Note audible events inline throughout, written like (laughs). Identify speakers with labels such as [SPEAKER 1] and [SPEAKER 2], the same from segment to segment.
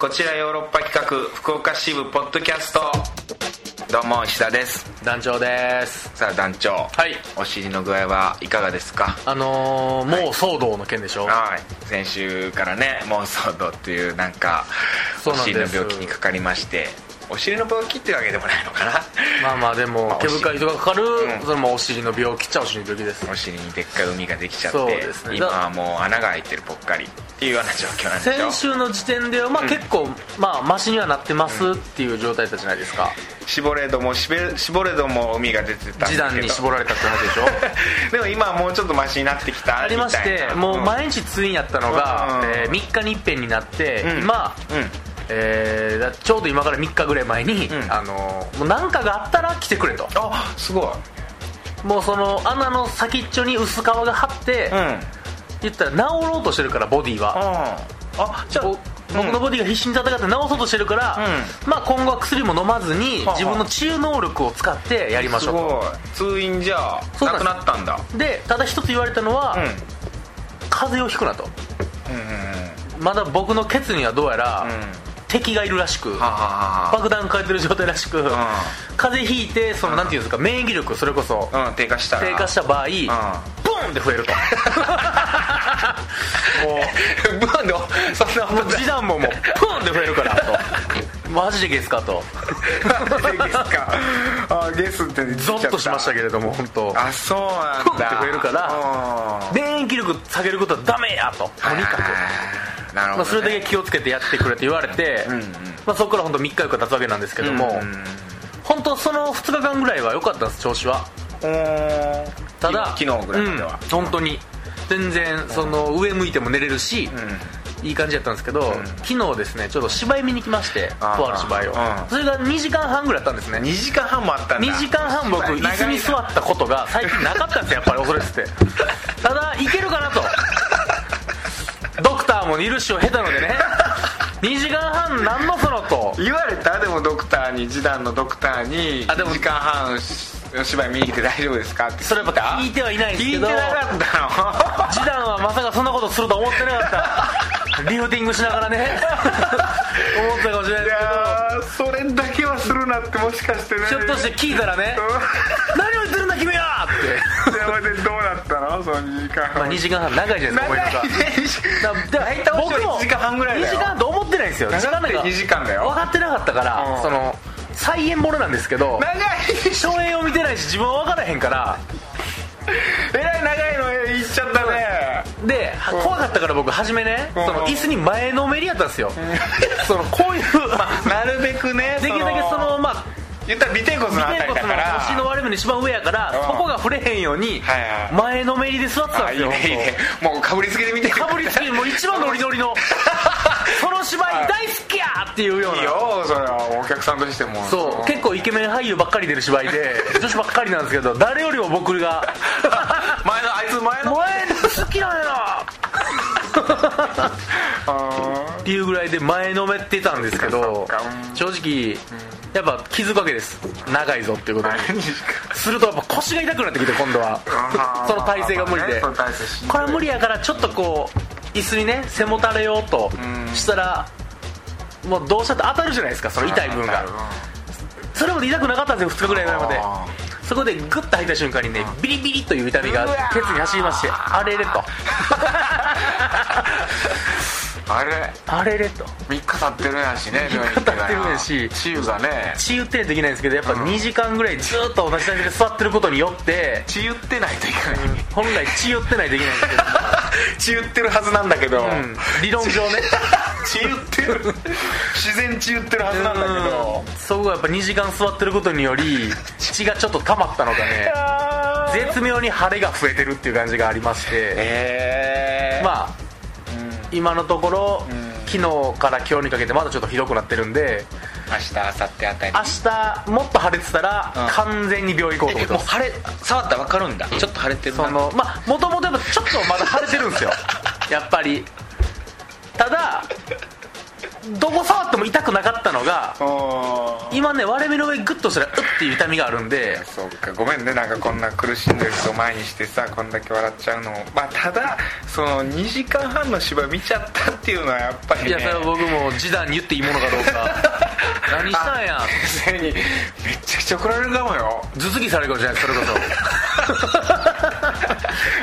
[SPEAKER 1] こちらヨーロッパ企画福岡支部ポッドキャストどうも石田です
[SPEAKER 2] 団長です
[SPEAKER 1] さあ団長
[SPEAKER 2] はい
[SPEAKER 1] お尻の具合はいかがですか
[SPEAKER 2] あのー、もう騒動の件でしょ、
[SPEAKER 1] はい先週からね妄想度っていうなんか
[SPEAKER 2] そう
[SPEAKER 1] お
[SPEAKER 2] なんで
[SPEAKER 1] 尻
[SPEAKER 2] す
[SPEAKER 1] の病気にかかりましてお尻の病気ってわけでもないのかな
[SPEAKER 2] (laughs) まあまあで
[SPEAKER 1] ま
[SPEAKER 2] も
[SPEAKER 1] あ
[SPEAKER 2] 毛深い人がかかる、
[SPEAKER 1] ん
[SPEAKER 2] それもお尻の病気っちゃお尻の病気です
[SPEAKER 1] お尻にでっかい海ができちゃって、
[SPEAKER 2] そうですね
[SPEAKER 1] 今はもう穴が開いてるぽっかりっていうような状況なんでしょ
[SPEAKER 2] 先週の時点ではまあ結構、まあマシにはなってますっていう状態だったじゃないですか
[SPEAKER 1] 絞れどもしべ絞れども海が出てたんですけ
[SPEAKER 2] 示
[SPEAKER 1] ど
[SPEAKER 2] 談に絞られたって話でしょ
[SPEAKER 1] (laughs) でも今はもうちょっとマシになってきた
[SPEAKER 2] (laughs) ありまし
[SPEAKER 1] みた
[SPEAKER 2] て
[SPEAKER 1] いな
[SPEAKER 2] もうん毎日通院やったのが、
[SPEAKER 1] うん
[SPEAKER 2] え3日に一遍になって、
[SPEAKER 1] うん
[SPEAKER 2] 今、
[SPEAKER 1] うん
[SPEAKER 2] えーだちょうど今から3日ぐらい前に、
[SPEAKER 1] ん
[SPEAKER 2] あのーもう何かがあったら来てくれと
[SPEAKER 1] あすごい
[SPEAKER 2] もうその穴の先っちょに薄皮が張って、
[SPEAKER 1] うんうん
[SPEAKER 2] 言ったら治ろうとしてるからボディは、
[SPEAKER 1] あじゃあ
[SPEAKER 2] ぼ僕のボディが必死に戦って治そうとしてるから、まあ、今後は薬も飲まずに
[SPEAKER 1] はあ
[SPEAKER 2] 自分の治癒能力を使ってやりまし
[SPEAKER 1] す
[SPEAKER 2] ょうと
[SPEAKER 1] ごい通院じゃあ
[SPEAKER 2] そう
[SPEAKER 1] な
[SPEAKER 2] な
[SPEAKER 1] く
[SPEAKER 2] んです
[SPEAKER 1] なったんだ
[SPEAKER 2] でただ一つ言われたのは、
[SPEAKER 1] うんうん
[SPEAKER 2] 風邪をひくなと
[SPEAKER 1] うんうん
[SPEAKER 2] まだ僕のケツにはどうやら、
[SPEAKER 1] うん
[SPEAKER 2] 敵がいるらしく
[SPEAKER 1] はあはあは
[SPEAKER 2] 爆弾抱えてる状態らしく、風邪ひいてそのなんていうんですか免疫力それこそ
[SPEAKER 1] あうん低下したら
[SPEAKER 2] 低下した場合、ボンって増えるともう
[SPEAKER 1] うん (laughs) ブーンで (laughs) そんな
[SPEAKER 2] も
[SPEAKER 1] こと
[SPEAKER 2] う
[SPEAKER 1] ない
[SPEAKER 2] 示談ももうプンって増えるか
[SPEAKER 1] (laughs)
[SPEAKER 2] らとマジでゲスかと
[SPEAKER 1] ゲスかあゲスって
[SPEAKER 2] ゾッとしましたけれども本当
[SPEAKER 1] あそうな
[SPEAKER 2] プン
[SPEAKER 1] ん
[SPEAKER 2] って
[SPEAKER 1] だ
[SPEAKER 2] 増えるから
[SPEAKER 1] うん
[SPEAKER 2] 免疫力下げることはダメやととにかく、
[SPEAKER 1] くなるほどね
[SPEAKER 2] まあ、それだけ気をつけてやってくれと言われて、
[SPEAKER 1] んうん
[SPEAKER 2] まあ、そこから本当3日4日経つわけなんですけども、
[SPEAKER 1] うんうん
[SPEAKER 2] 本当その2日間ぐらいは良かったんです調子はただ
[SPEAKER 1] 昨日昨日ぐらいまでは
[SPEAKER 2] うん、本当に全然その上向いても寝れるし、いい感じだったんですけど、昨日ですねちょっと芝居見に来まして
[SPEAKER 1] あー
[SPEAKER 2] とある芝居を、
[SPEAKER 1] うん
[SPEAKER 2] それが2時間半ぐらいあったんですね
[SPEAKER 1] 2時間半もあったんだ
[SPEAKER 2] 2時間半僕椅子に座ったことが最近なかったんですよやっぱり恐れててただいけるかなとドクターもいるしを経たのでね2時間半何のそのと
[SPEAKER 1] 言われたでもドクターに示談のドクターに
[SPEAKER 2] あでも
[SPEAKER 1] 2時間半お芝居見に来て大丈夫ですかって
[SPEAKER 2] それやっぱ聞いてはいないんです
[SPEAKER 1] 聞い
[SPEAKER 2] け
[SPEAKER 1] て
[SPEAKER 2] ど
[SPEAKER 1] なかったの
[SPEAKER 2] 示談はまさかそんなことするとは思ってなかったリフティングしながらね思ってたかもしれない
[SPEAKER 1] い
[SPEAKER 2] です
[SPEAKER 1] やーそれだけはするなってもしかしてね
[SPEAKER 2] けどひょっとして聞いたらね「何を言ってるんだ君は!」って、
[SPEAKER 1] それでどうだったのその2時間
[SPEAKER 2] ま
[SPEAKER 1] 半
[SPEAKER 2] あ、2時間半長いじゃないですか思いのが
[SPEAKER 1] 長いね
[SPEAKER 2] だだ
[SPEAKER 1] 大体お
[SPEAKER 2] 僕
[SPEAKER 1] 芝居
[SPEAKER 2] も
[SPEAKER 1] 1時間半ぐらいだよ
[SPEAKER 2] 2時間と思ってないんですよ
[SPEAKER 1] 長くて
[SPEAKER 2] 時間なんか
[SPEAKER 1] 2時間だよ
[SPEAKER 2] 分かってなかったから、
[SPEAKER 1] うん
[SPEAKER 2] その再演ボレなんですけど
[SPEAKER 1] 長い
[SPEAKER 2] 初演を見てないし自分は分からへんから
[SPEAKER 1] えらい長いの言っちゃったね
[SPEAKER 2] で、怖かったから僕初めね、
[SPEAKER 1] うん
[SPEAKER 2] その椅子に前のめりやったんですよ、 (laughs) そのこういう、
[SPEAKER 1] なるべくね
[SPEAKER 2] できるだけそのまあ
[SPEAKER 1] 言ったら尾てい骨のあ
[SPEAKER 2] 尾
[SPEAKER 1] た
[SPEAKER 2] て
[SPEAKER 1] りだ
[SPEAKER 2] い骨
[SPEAKER 1] か
[SPEAKER 2] の
[SPEAKER 1] ら
[SPEAKER 2] 腰の割れ目の一番上やから、
[SPEAKER 1] うん
[SPEAKER 2] そこが触れへんように
[SPEAKER 1] はいはい
[SPEAKER 2] 前のめりで座ってたん
[SPEAKER 1] あ
[SPEAKER 2] で
[SPEAKER 1] いい
[SPEAKER 2] すよ、
[SPEAKER 1] ねいいねもうかぶりつきで見てる
[SPEAKER 2] かぶりつきもう一番ノリノリ
[SPEAKER 1] (laughs)
[SPEAKER 2] のその芝居大好きやっていうよう
[SPEAKER 1] いい
[SPEAKER 2] な
[SPEAKER 1] よそれはお客さんとしても
[SPEAKER 2] そう結構イケメン俳優ばっかり出る芝居で女子ばっかりなんですけど誰よりも僕が
[SPEAKER 1] 前のあいつ前
[SPEAKER 2] お
[SPEAKER 1] の
[SPEAKER 2] 前好きなんやな
[SPEAKER 1] あ
[SPEAKER 2] (laughs) っていうぐらいで前のめってたんですけ
[SPEAKER 1] そっ
[SPEAKER 2] ど
[SPEAKER 1] かそっかうん
[SPEAKER 2] 正直やっぱ気づくわけです長いぞっていうことに
[SPEAKER 1] ー何時間
[SPEAKER 2] するとやっぱ腰が痛くなってきて今度は
[SPEAKER 1] あー
[SPEAKER 2] その体勢が無理で
[SPEAKER 1] その体勢しんどい
[SPEAKER 2] これは無理やからちょっとこう椅子にね背もたれようとしたらもうどうしたって当たるじゃないですかその痛い分
[SPEAKER 1] なるほ
[SPEAKER 2] が
[SPEAKER 1] ど
[SPEAKER 2] それまで痛くなかったんですよ2日ぐらい前まで
[SPEAKER 1] あ
[SPEAKER 2] そこでグッと入った瞬間にねビリビリという痛みが
[SPEAKER 1] うわー
[SPEAKER 2] ケツに走りましてあれれと
[SPEAKER 1] あれ
[SPEAKER 2] あれれと
[SPEAKER 1] 3日経ってるやしね
[SPEAKER 2] 三日経ってるやし
[SPEAKER 1] 治癒がね
[SPEAKER 2] 治癒ってできないんですけどやっぱ2時間ぐらいずっと同じ体勢で座ってることによって
[SPEAKER 1] 治癒ってないといけない
[SPEAKER 2] 本来治癒ってないといけないんですけど
[SPEAKER 1] 治癒ってるはずなんだけど
[SPEAKER 2] (laughs) うん理論上ね
[SPEAKER 1] 治癒ってる自然治癒ってるはずなんだけど
[SPEAKER 2] うんそこがやっぱ2時間座ってることにより血がちょっと溜まったのかね
[SPEAKER 1] あー
[SPEAKER 2] 絶妙に腫れが増えてるっていう感じがありまして
[SPEAKER 1] えー
[SPEAKER 2] まあ今のところ昨日から今日にかけてまだちょっとひどくなってるんで
[SPEAKER 1] 明日明後日あたり
[SPEAKER 2] 明日もっと腫れてたら
[SPEAKER 1] うん
[SPEAKER 2] 完全に病院行こうと思
[SPEAKER 1] え
[SPEAKER 2] って
[SPEAKER 1] もう
[SPEAKER 2] ます
[SPEAKER 1] 腫れ触ったら分かるんだちょっと腫れてるな
[SPEAKER 2] そのまあもともとやっぱ
[SPEAKER 1] (laughs)
[SPEAKER 2] ちょっとまだ腫れてるんですよやっぱりただどこ触っても痛くなかったのが
[SPEAKER 1] お
[SPEAKER 2] 今ね割れ目の上グッとしたらうっていう痛みがあるんで
[SPEAKER 1] そうかごめんねなんかこんな苦しんでる人前にしてさこんだけ笑っちゃうのもまあただその2時間半の芝居見ちゃったっていうのはやっぱり、ね、
[SPEAKER 2] いやそれは僕も示談に言っていいものかど
[SPEAKER 1] (laughs)
[SPEAKER 2] うか何したんや
[SPEAKER 1] 先生にめっちゃくちゃ怒られるかもよ
[SPEAKER 2] 頭突きされるかもしれないそれこ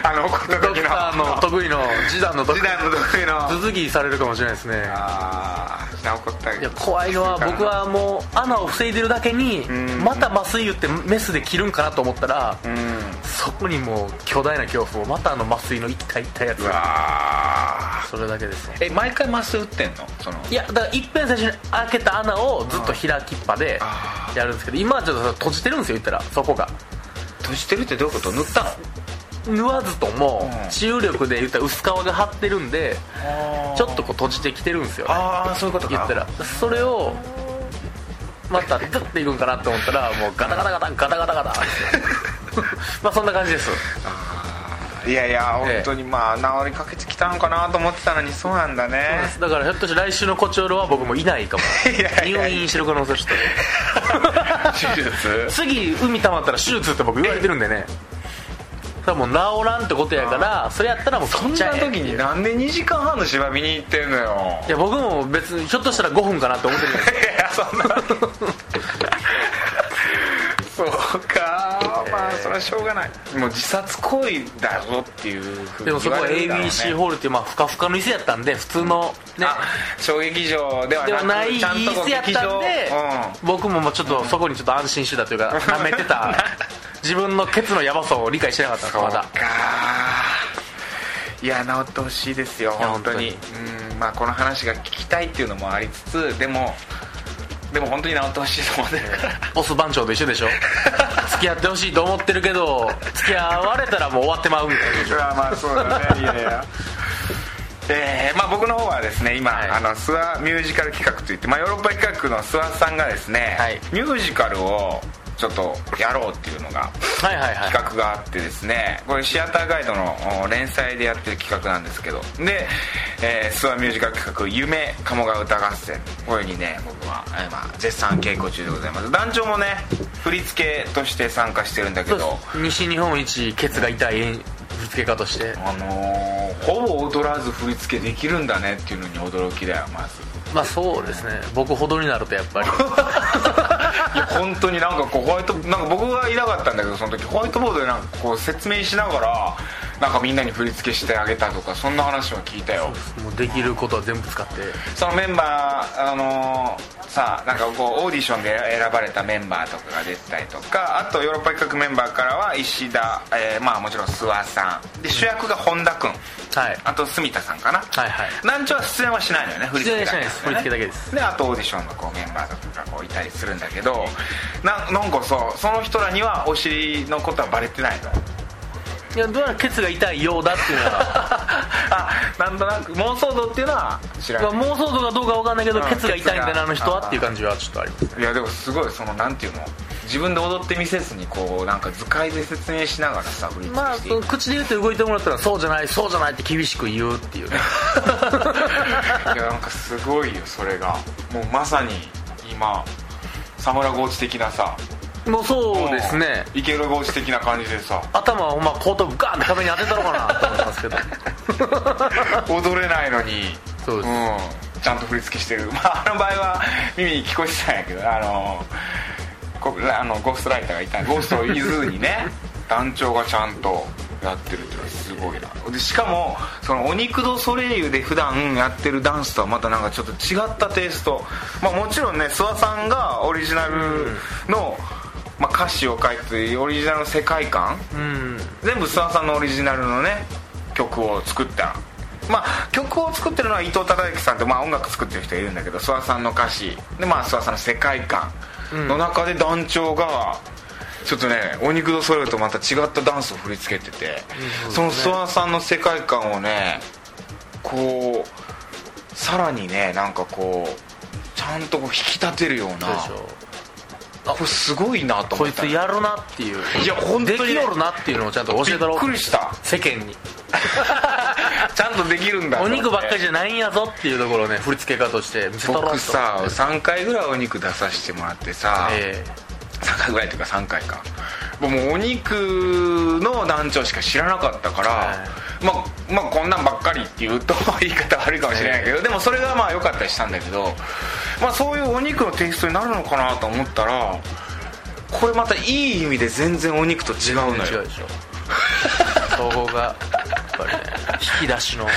[SPEAKER 1] あの怒った
[SPEAKER 2] そド
[SPEAKER 1] 時
[SPEAKER 2] ク
[SPEAKER 1] の
[SPEAKER 2] ターの得意の示談の得意
[SPEAKER 1] 時代の得意
[SPEAKER 2] 頭
[SPEAKER 1] の
[SPEAKER 2] 突きされるかもしれないですね
[SPEAKER 1] ああ怒った
[SPEAKER 2] いや怖いのは僕はもう穴を防いでるだけに
[SPEAKER 1] ん
[SPEAKER 2] また麻酔打ってメスで切るんかなと思ったら
[SPEAKER 1] うん
[SPEAKER 2] そこにもう巨大な恐怖をまたあの麻酔の一体一体やつ
[SPEAKER 1] うわ
[SPEAKER 2] それだけですね
[SPEAKER 1] え毎回麻酔打ってんのその
[SPEAKER 2] いやだからいっぺん最初に開けた穴をずっと開きっぱで
[SPEAKER 1] あ
[SPEAKER 2] やるんですけど今はちょっと閉じてるんですよ言ったらそこが
[SPEAKER 1] 閉じてるってどういうこと塗ったの
[SPEAKER 2] 縫わずとも
[SPEAKER 1] うん
[SPEAKER 2] 治癒力で言ったら薄皮が張ってるんでちょっとこう閉じてきてるんですよね
[SPEAKER 1] ああそういうことか
[SPEAKER 2] 言ったらそれをまたグッていくんかなと思ったらもうガタガタガタガタガタ
[SPEAKER 1] (laughs)
[SPEAKER 2] ガタですよまあそんな感じです
[SPEAKER 1] いやいや
[SPEAKER 2] え
[SPEAKER 1] 本
[SPEAKER 2] え
[SPEAKER 1] 当にまあ治りかけてきたのかなと思ってたのにそうなんだね
[SPEAKER 2] だからひょっとして来週のコチョールは僕もいないかも
[SPEAKER 1] いやいや
[SPEAKER 2] 入院してる可能性ちょっと
[SPEAKER 1] 手術
[SPEAKER 2] 次海溜まったら手術って僕言われてるんでねそれはもう治らんってことやからそれやったらもう
[SPEAKER 1] そんな時に
[SPEAKER 2] いや
[SPEAKER 1] なんで2時間半の芝居見に行ってんのよ
[SPEAKER 2] (laughs) いや僕も別にひょっとしたら5分かなって思ってるじゃないですか
[SPEAKER 1] いやそんなそうかまあそれはしょうがないもう自殺行為だぞっていうふうに
[SPEAKER 2] でもそこは
[SPEAKER 1] 言われるんだろうね
[SPEAKER 2] ABC ホールっていうまあふかふかの店やったんで普通のね
[SPEAKER 1] あ小劇場では
[SPEAKER 2] で
[SPEAKER 1] な
[SPEAKER 2] は
[SPEAKER 1] く
[SPEAKER 2] ないいい
[SPEAKER 1] ちゃんとこう
[SPEAKER 2] 店やったんで
[SPEAKER 1] 劇場うん
[SPEAKER 2] 僕ももうちょっとそこにちょっと安心してたと
[SPEAKER 1] (laughs)
[SPEAKER 2] いうか舐めてた自分のケツのヤバさを理解してなかったんですま
[SPEAKER 1] そう
[SPEAKER 2] だ
[SPEAKER 1] かいや治ってほしいですよ
[SPEAKER 2] いや
[SPEAKER 1] 本当に
[SPEAKER 2] 本
[SPEAKER 1] うんまあこの話が聞きたいっていうのもありつつでもでも本当に治ってほしいと思ってるから
[SPEAKER 2] ボス番長と一緒でし
[SPEAKER 1] (laughs)
[SPEAKER 2] ょ付き合ってほしいと思ってるけど付き合われたらもう終わってまうみたいな
[SPEAKER 1] うわまあそうだねいやいやえーまあ、僕の方はですね今、
[SPEAKER 2] はい
[SPEAKER 1] あの諏訪ミュージカル企画といって、まあ、ヨーロッパ企画の諏訪さんがですね、
[SPEAKER 2] はい
[SPEAKER 1] ミュージカルをちょっとやろうっていうのが
[SPEAKER 2] はいはいはい
[SPEAKER 1] 企画があってですねこれシアターガイドのお連載でやってる企画なんですけどで、えー、諏訪ミュージカル企画「夢鴨川歌合戦」こういうふうにね僕はえーまあ絶賛稽古中でございます団長もね振り付けとして参加してるんだけ
[SPEAKER 2] そうで
[SPEAKER 1] ど
[SPEAKER 2] す西日本一ケツが痛い演付け家として
[SPEAKER 1] あのーほぼ踊らず振り付けできるんだねっていうのに驚きだよまず
[SPEAKER 2] まあそうですね僕ほどになるとやっぱ
[SPEAKER 1] (laughs)
[SPEAKER 2] り
[SPEAKER 1] いや本当になんかこうホワイトなんか僕がいなかったんだけどその時ホワイトボードでなんかこう説明しながらなんかみんなに振り付けしてあげたとかそんな話は聞いたよ
[SPEAKER 2] もうできることは全部使って
[SPEAKER 1] そのメンバー、あのーさあなんかこうオーディションで選ばれたメンバーとかが出てたりとかあとヨーロッパ企画メンバーからは石田、えーまあもちろん諏訪さんで主役が本田君
[SPEAKER 2] はい
[SPEAKER 1] あと住田さんかな
[SPEAKER 2] はいはい
[SPEAKER 1] 団長は出演はしないのよね振り付けだけ
[SPEAKER 2] 出演はしないです振り付けだけ
[SPEAKER 1] であとオーディションのこうメンバーとかがこういたりするんだけどななんかさその人らにはお尻のことはバレてないの (laughs)
[SPEAKER 2] いやどうやらケツが痛いようだっていうのは
[SPEAKER 1] あなんとなく妄想度っていうのは (laughs) 知ら
[SPEAKER 2] ま
[SPEAKER 1] な
[SPEAKER 2] あ
[SPEAKER 1] い
[SPEAKER 2] 妄想度がどうかわかんないけど、
[SPEAKER 1] うん
[SPEAKER 2] ケツが痛いんだなあの人
[SPEAKER 1] ケツが
[SPEAKER 2] はっていう感じはちょっとありますね
[SPEAKER 1] いやでもすごいそのなんていうの自分で踊って見せずにこうなんか図解で説明しながらさ振り付
[SPEAKER 2] ま
[SPEAKER 1] け
[SPEAKER 2] あ
[SPEAKER 1] していく、
[SPEAKER 2] 口で言うと動いてもらったらそうじゃないそうじゃないって厳しく言うっていうね
[SPEAKER 1] いやなんかすごいよそれがもうまさに今サムラゴーチ的なさ
[SPEAKER 2] もうそうですね
[SPEAKER 1] イケロゴーチ的な感じでさ
[SPEAKER 2] 頭はほんま後頭部ガーンって壁に当てたのかなと思いますけど
[SPEAKER 1] 踊れないのに
[SPEAKER 2] そうです
[SPEAKER 1] ん、ちゃんと振り付けしてる、ま (laughs) あ、あの場合は耳に聞こえてたんやけどあのこあのゴーストライターがいたゴーストをいずにね (laughs) 団長がちゃんとやってるっていうのはすごいなでしかもそのお肉ドソレイユで普段やってるダンスとはまたなんかちょっと違ったテイスト、まあ、もちろんね諏訪さんがオリジナルの、まあ、歌詞を書いてオリジナルの世界観、
[SPEAKER 2] うん
[SPEAKER 1] 全部諏訪さんのオリジナルのね曲を作ったまあ曲を作ってるのは伊藤忠之さんって、まあ、音楽作ってる人がいるんだけど諏訪さんの歌詞で、まあ、諏訪さんの世界観の中で団長がちょっとねお肉とそれとまた違ったダンスを振り付けてて、その諏訪さんの世界観をねこうさらにねなんかこうちゃんとこう引き立てるよう
[SPEAKER 2] そうで
[SPEAKER 1] な
[SPEAKER 2] しょう
[SPEAKER 1] これすごいなと
[SPEAKER 2] こ
[SPEAKER 1] 思
[SPEAKER 2] い
[SPEAKER 1] った
[SPEAKER 2] つやるなっていう
[SPEAKER 1] いや本当にね
[SPEAKER 2] できよるなっていうのをちゃんと教え
[SPEAKER 1] び
[SPEAKER 2] たろ
[SPEAKER 1] っ
[SPEAKER 2] う
[SPEAKER 1] くりした
[SPEAKER 2] 世間に
[SPEAKER 1] ちゃんとできるんだ
[SPEAKER 2] お肉ばっかり
[SPEAKER 1] じ
[SPEAKER 2] じゃないんやぞっていうところをね振り付け家として見せ
[SPEAKER 1] ゃ
[SPEAKER 2] たろうと
[SPEAKER 1] 僕さ3回ぐらいお肉出させてもらってさ、
[SPEAKER 2] え
[SPEAKER 1] 3回ぐらいというか3回かもうお肉の団長しか知らなかったから、
[SPEAKER 2] は
[SPEAKER 1] まあ、まあこんなんばっかりって言うと (laughs) 言い方悪いかもしれないけど、でもそれがまあ良かったりしたんだけど、まあ、そういうお肉のテイストになるのかなと思ったらこれまたいい意味で全然お肉と違う
[SPEAKER 2] え
[SPEAKER 1] の
[SPEAKER 2] 違
[SPEAKER 1] よ
[SPEAKER 2] うでしょそこがやっぱりね引き出 (laughs) しの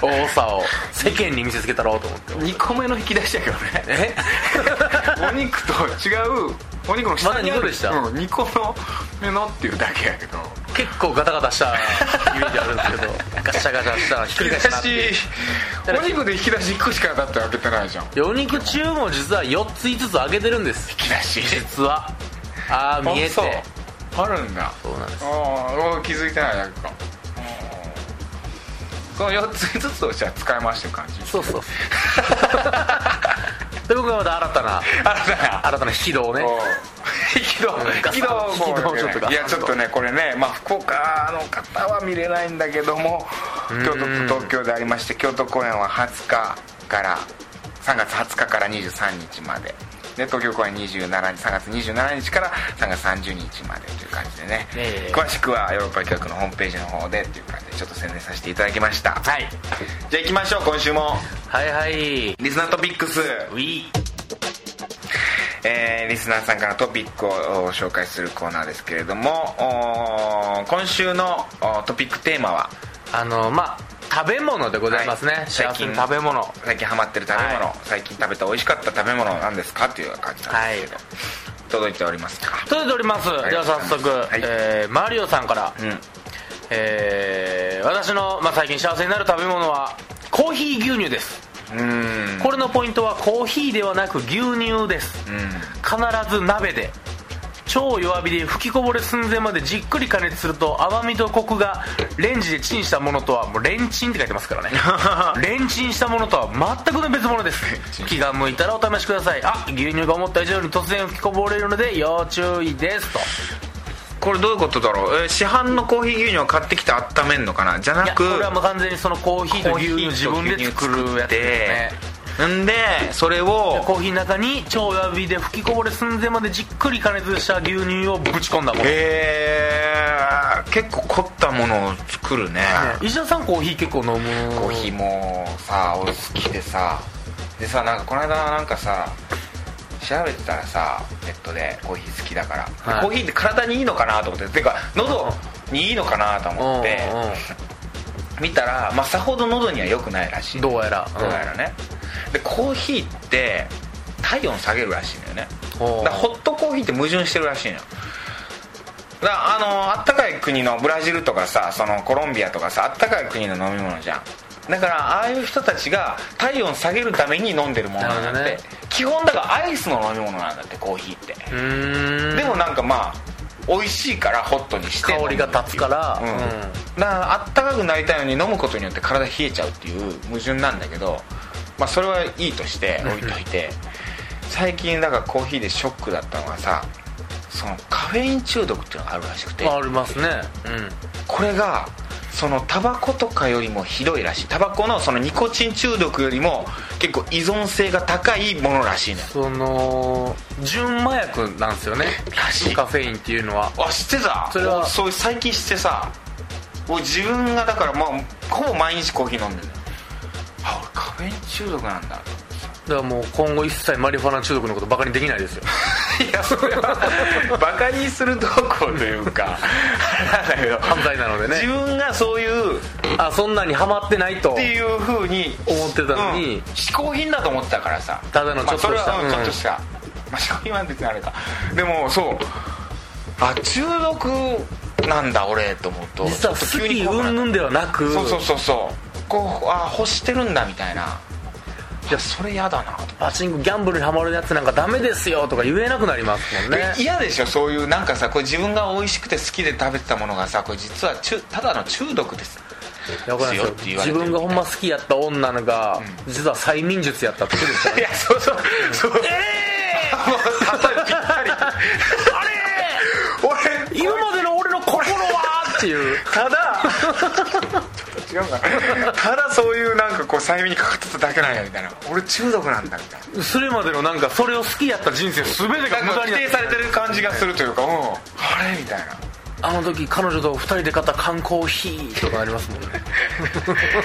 [SPEAKER 2] 多さを世間に見せつけたろうと思って
[SPEAKER 1] 2個目の引き出しやけどね
[SPEAKER 2] え
[SPEAKER 1] (laughs) お肉と違うお肉の下にある
[SPEAKER 2] まだ二個でした
[SPEAKER 1] うん、2個の目のっていうだけやけど
[SPEAKER 2] 結構ガタガタしたイメージあるんですけど (laughs) ガシャガシャしたひっく
[SPEAKER 1] 引
[SPEAKER 2] り
[SPEAKER 1] き
[SPEAKER 2] 返
[SPEAKER 1] 出
[SPEAKER 2] したなっていう
[SPEAKER 1] しお肉で引き出し1個しかだって開けてないじゃん
[SPEAKER 2] いやお肉中も実は4つ5つ上げてるんです
[SPEAKER 1] 引き出し
[SPEAKER 2] 実はああ見えて
[SPEAKER 1] あそうあるんだ
[SPEAKER 2] そうなんです
[SPEAKER 1] ああ気づいてないなんかこの4つずつをじゃあ使い回してる (laughs) 感じ
[SPEAKER 2] そうそうそう (laughs) で僕はまた新たな
[SPEAKER 1] あらだな
[SPEAKER 2] 新たな引き戸をね
[SPEAKER 1] こう引き戸
[SPEAKER 2] うん
[SPEAKER 1] 引き戸をこう
[SPEAKER 2] 引き戸をちょっとガサッと
[SPEAKER 1] いやちょっとねこれねまあ福岡の方は見れないんだけども京都と東京でありまして京都公演は20日から3月20日から23日までで東京公演27日3月27日から3月30日までという感じでね、
[SPEAKER 2] ええ
[SPEAKER 1] 詳しくはヨーロッパ企画のホームページの方でっていう感じでちょっと宣伝させていただきましたはいじゃあ行きましょう今週も
[SPEAKER 2] はいはい
[SPEAKER 1] リスナートピックス
[SPEAKER 2] ウィ
[SPEAKER 1] えーリスナーさんからのトピックをお紹介するコーナーですけれどもおー今週のおトピックテーマは
[SPEAKER 2] あのまあ食べ物でございますね、
[SPEAKER 1] はい
[SPEAKER 2] 幸せ
[SPEAKER 1] 最
[SPEAKER 2] な
[SPEAKER 1] 近
[SPEAKER 2] 食べ物は
[SPEAKER 1] 最近ハマってる食べ物、
[SPEAKER 2] は
[SPEAKER 1] 最近食べた美味しかった食べ物なんですかっていう感じなんで
[SPEAKER 2] い
[SPEAKER 1] す届いておりますか
[SPEAKER 2] 届いております
[SPEAKER 1] い
[SPEAKER 2] では早速、
[SPEAKER 1] はい
[SPEAKER 2] えーマリオさんから、
[SPEAKER 1] うん
[SPEAKER 2] えー私の、まあ、最近幸せになる食べ物はコーヒー牛乳です
[SPEAKER 1] うーん
[SPEAKER 2] これのポイントはコーヒーではなく牛乳です
[SPEAKER 1] うん
[SPEAKER 2] 必ず鍋で超弱火で吹きこぼれ寸前までじっくり加熱すると甘みとコクがレンジでチンしたものとはもうレンチンって書いてますからね
[SPEAKER 1] (laughs)
[SPEAKER 2] レンチンしたものとは全くの別物です
[SPEAKER 1] チン
[SPEAKER 2] 気が向いたらお試しくださいあ牛乳が思った以上に突然吹きこぼれるので要注意ですと
[SPEAKER 1] これどういうことだろう、えー市販のコーヒー牛乳を買ってきて温めるのかなじゃ
[SPEAKER 2] い
[SPEAKER 1] な
[SPEAKER 2] やこ
[SPEAKER 1] く
[SPEAKER 2] れはもう完全にそのコーヒーと牛乳自分で作るやつですね
[SPEAKER 1] すねんでそれを
[SPEAKER 2] コーヒーの中に超弱火で吹きこぼれ寸前までじっくり加熱した牛乳をぶち込んだもの
[SPEAKER 1] えー、結構凝ったものを作るね
[SPEAKER 2] 石田さんコーヒー結構飲む
[SPEAKER 1] コーヒーもさ俺好きでさでさなんかこの間なんかさ調べてたらさネットでコーヒー好きだから、で
[SPEAKER 2] はい
[SPEAKER 1] コーヒーって体にいいのかなと思っててか喉にいいのかなと思って
[SPEAKER 2] うんうん
[SPEAKER 1] 見たら、まあ、さほど喉には良くないらしい
[SPEAKER 2] どうやら
[SPEAKER 1] どうやらねでコーヒーって体温下げるらしいのよね
[SPEAKER 2] おう
[SPEAKER 1] だからホットコーヒーって矛盾してるらしいのよだからあのあったかい国のブラジルとかさそのコロンビアとかさあったかい国の飲み物じゃんだからああいう人たちが体温下げるために飲んでるものなんだっ
[SPEAKER 2] な
[SPEAKER 1] て、
[SPEAKER 2] るほど
[SPEAKER 1] 基本だからアイスの飲み物なんだってコーヒーって、
[SPEAKER 2] うーん
[SPEAKER 1] でもなんかまあ美味しいからホットにして
[SPEAKER 2] 香りが立つから
[SPEAKER 1] うん
[SPEAKER 2] うん
[SPEAKER 1] だからあったかくなりたいのに飲むことによって体冷えちゃうっていう矛盾なんだけど、まあ、それはいいとして置いといて最近だからコーヒーでショックだったのがさそのカフェイン中毒っていうのがあるらしくて
[SPEAKER 2] ありますねうん
[SPEAKER 1] これがそのタバコとかよりもひどいらしいタバコのそのニコチン中毒よりも結構依存性が高いものらしいのよ
[SPEAKER 2] その純麻薬なんですよね
[SPEAKER 1] らしい
[SPEAKER 2] カフェインっていうのは
[SPEAKER 1] あ知ってた
[SPEAKER 2] それは
[SPEAKER 1] 俺そういう最近知ってさ俺自分がだからまあほぼ毎日コーヒー飲んでるのよあ俺カフェイン中毒なんだ (laughs)
[SPEAKER 2] だからもう今後一切マリファナ中毒のことバカにできないです (laughs) よ
[SPEAKER 1] いやそれはバカにするどうこうというかなんだけ
[SPEAKER 2] (laughs)
[SPEAKER 1] ど
[SPEAKER 2] 犯罪なので
[SPEAKER 1] 自
[SPEAKER 2] ね
[SPEAKER 1] 分がそういうっ
[SPEAKER 2] あそんなにハマってないと
[SPEAKER 1] ていうふうに
[SPEAKER 2] 思ってたのに
[SPEAKER 1] うん嗜好品だと思ってたからさ
[SPEAKER 2] ただのちょっとした
[SPEAKER 1] まあそれはうん
[SPEAKER 2] うん
[SPEAKER 1] ちょっとしたまあ嗜好品は別にあれかでもそうあ中毒なんだ俺と思うと
[SPEAKER 2] 実は
[SPEAKER 1] ちょっと
[SPEAKER 2] 好
[SPEAKER 1] 急
[SPEAKER 2] き
[SPEAKER 1] に怖くな
[SPEAKER 2] う
[SPEAKER 1] っ
[SPEAKER 2] ん
[SPEAKER 1] た
[SPEAKER 2] ぬんではなく
[SPEAKER 1] そうそうそうそうこうあ欲してるんだみたいない
[SPEAKER 2] や
[SPEAKER 1] それ嫌だなと
[SPEAKER 2] パチンコギャンブルにハマるやつなんかダメですよとか言えなくなりますもんね
[SPEAKER 1] で嫌でしょそういうなんかさこれ自分が美味しくて好きで食べてたものがさこれ実は中ただの中毒です
[SPEAKER 2] いやわかんない
[SPEAKER 1] 強いって
[SPEAKER 2] で
[SPEAKER 1] 言
[SPEAKER 2] すよ
[SPEAKER 1] われて
[SPEAKER 2] 自
[SPEAKER 1] る
[SPEAKER 2] 分がほんま好きやった女のが、実は催眠術やったってことですよ
[SPEAKER 1] い
[SPEAKER 2] ね
[SPEAKER 1] やそうそうそう
[SPEAKER 2] え
[SPEAKER 1] あもう例えぴったり
[SPEAKER 2] あれ
[SPEAKER 1] 俺
[SPEAKER 2] 今までの俺の心はっていう
[SPEAKER 1] ただ違うかなただそういうなんかこう催眠にかかってただけなんやみたいな俺中毒なんだみたい
[SPEAKER 2] それまでのなんかそれを好きやった人生全てが
[SPEAKER 1] なな
[SPEAKER 2] 無
[SPEAKER 1] んか
[SPEAKER 2] 駄に
[SPEAKER 1] 否
[SPEAKER 2] なって
[SPEAKER 1] 定されてる感じがするというかうんあれみたいな
[SPEAKER 2] あの時彼女と二人で買った缶コーヒーとかありますもんね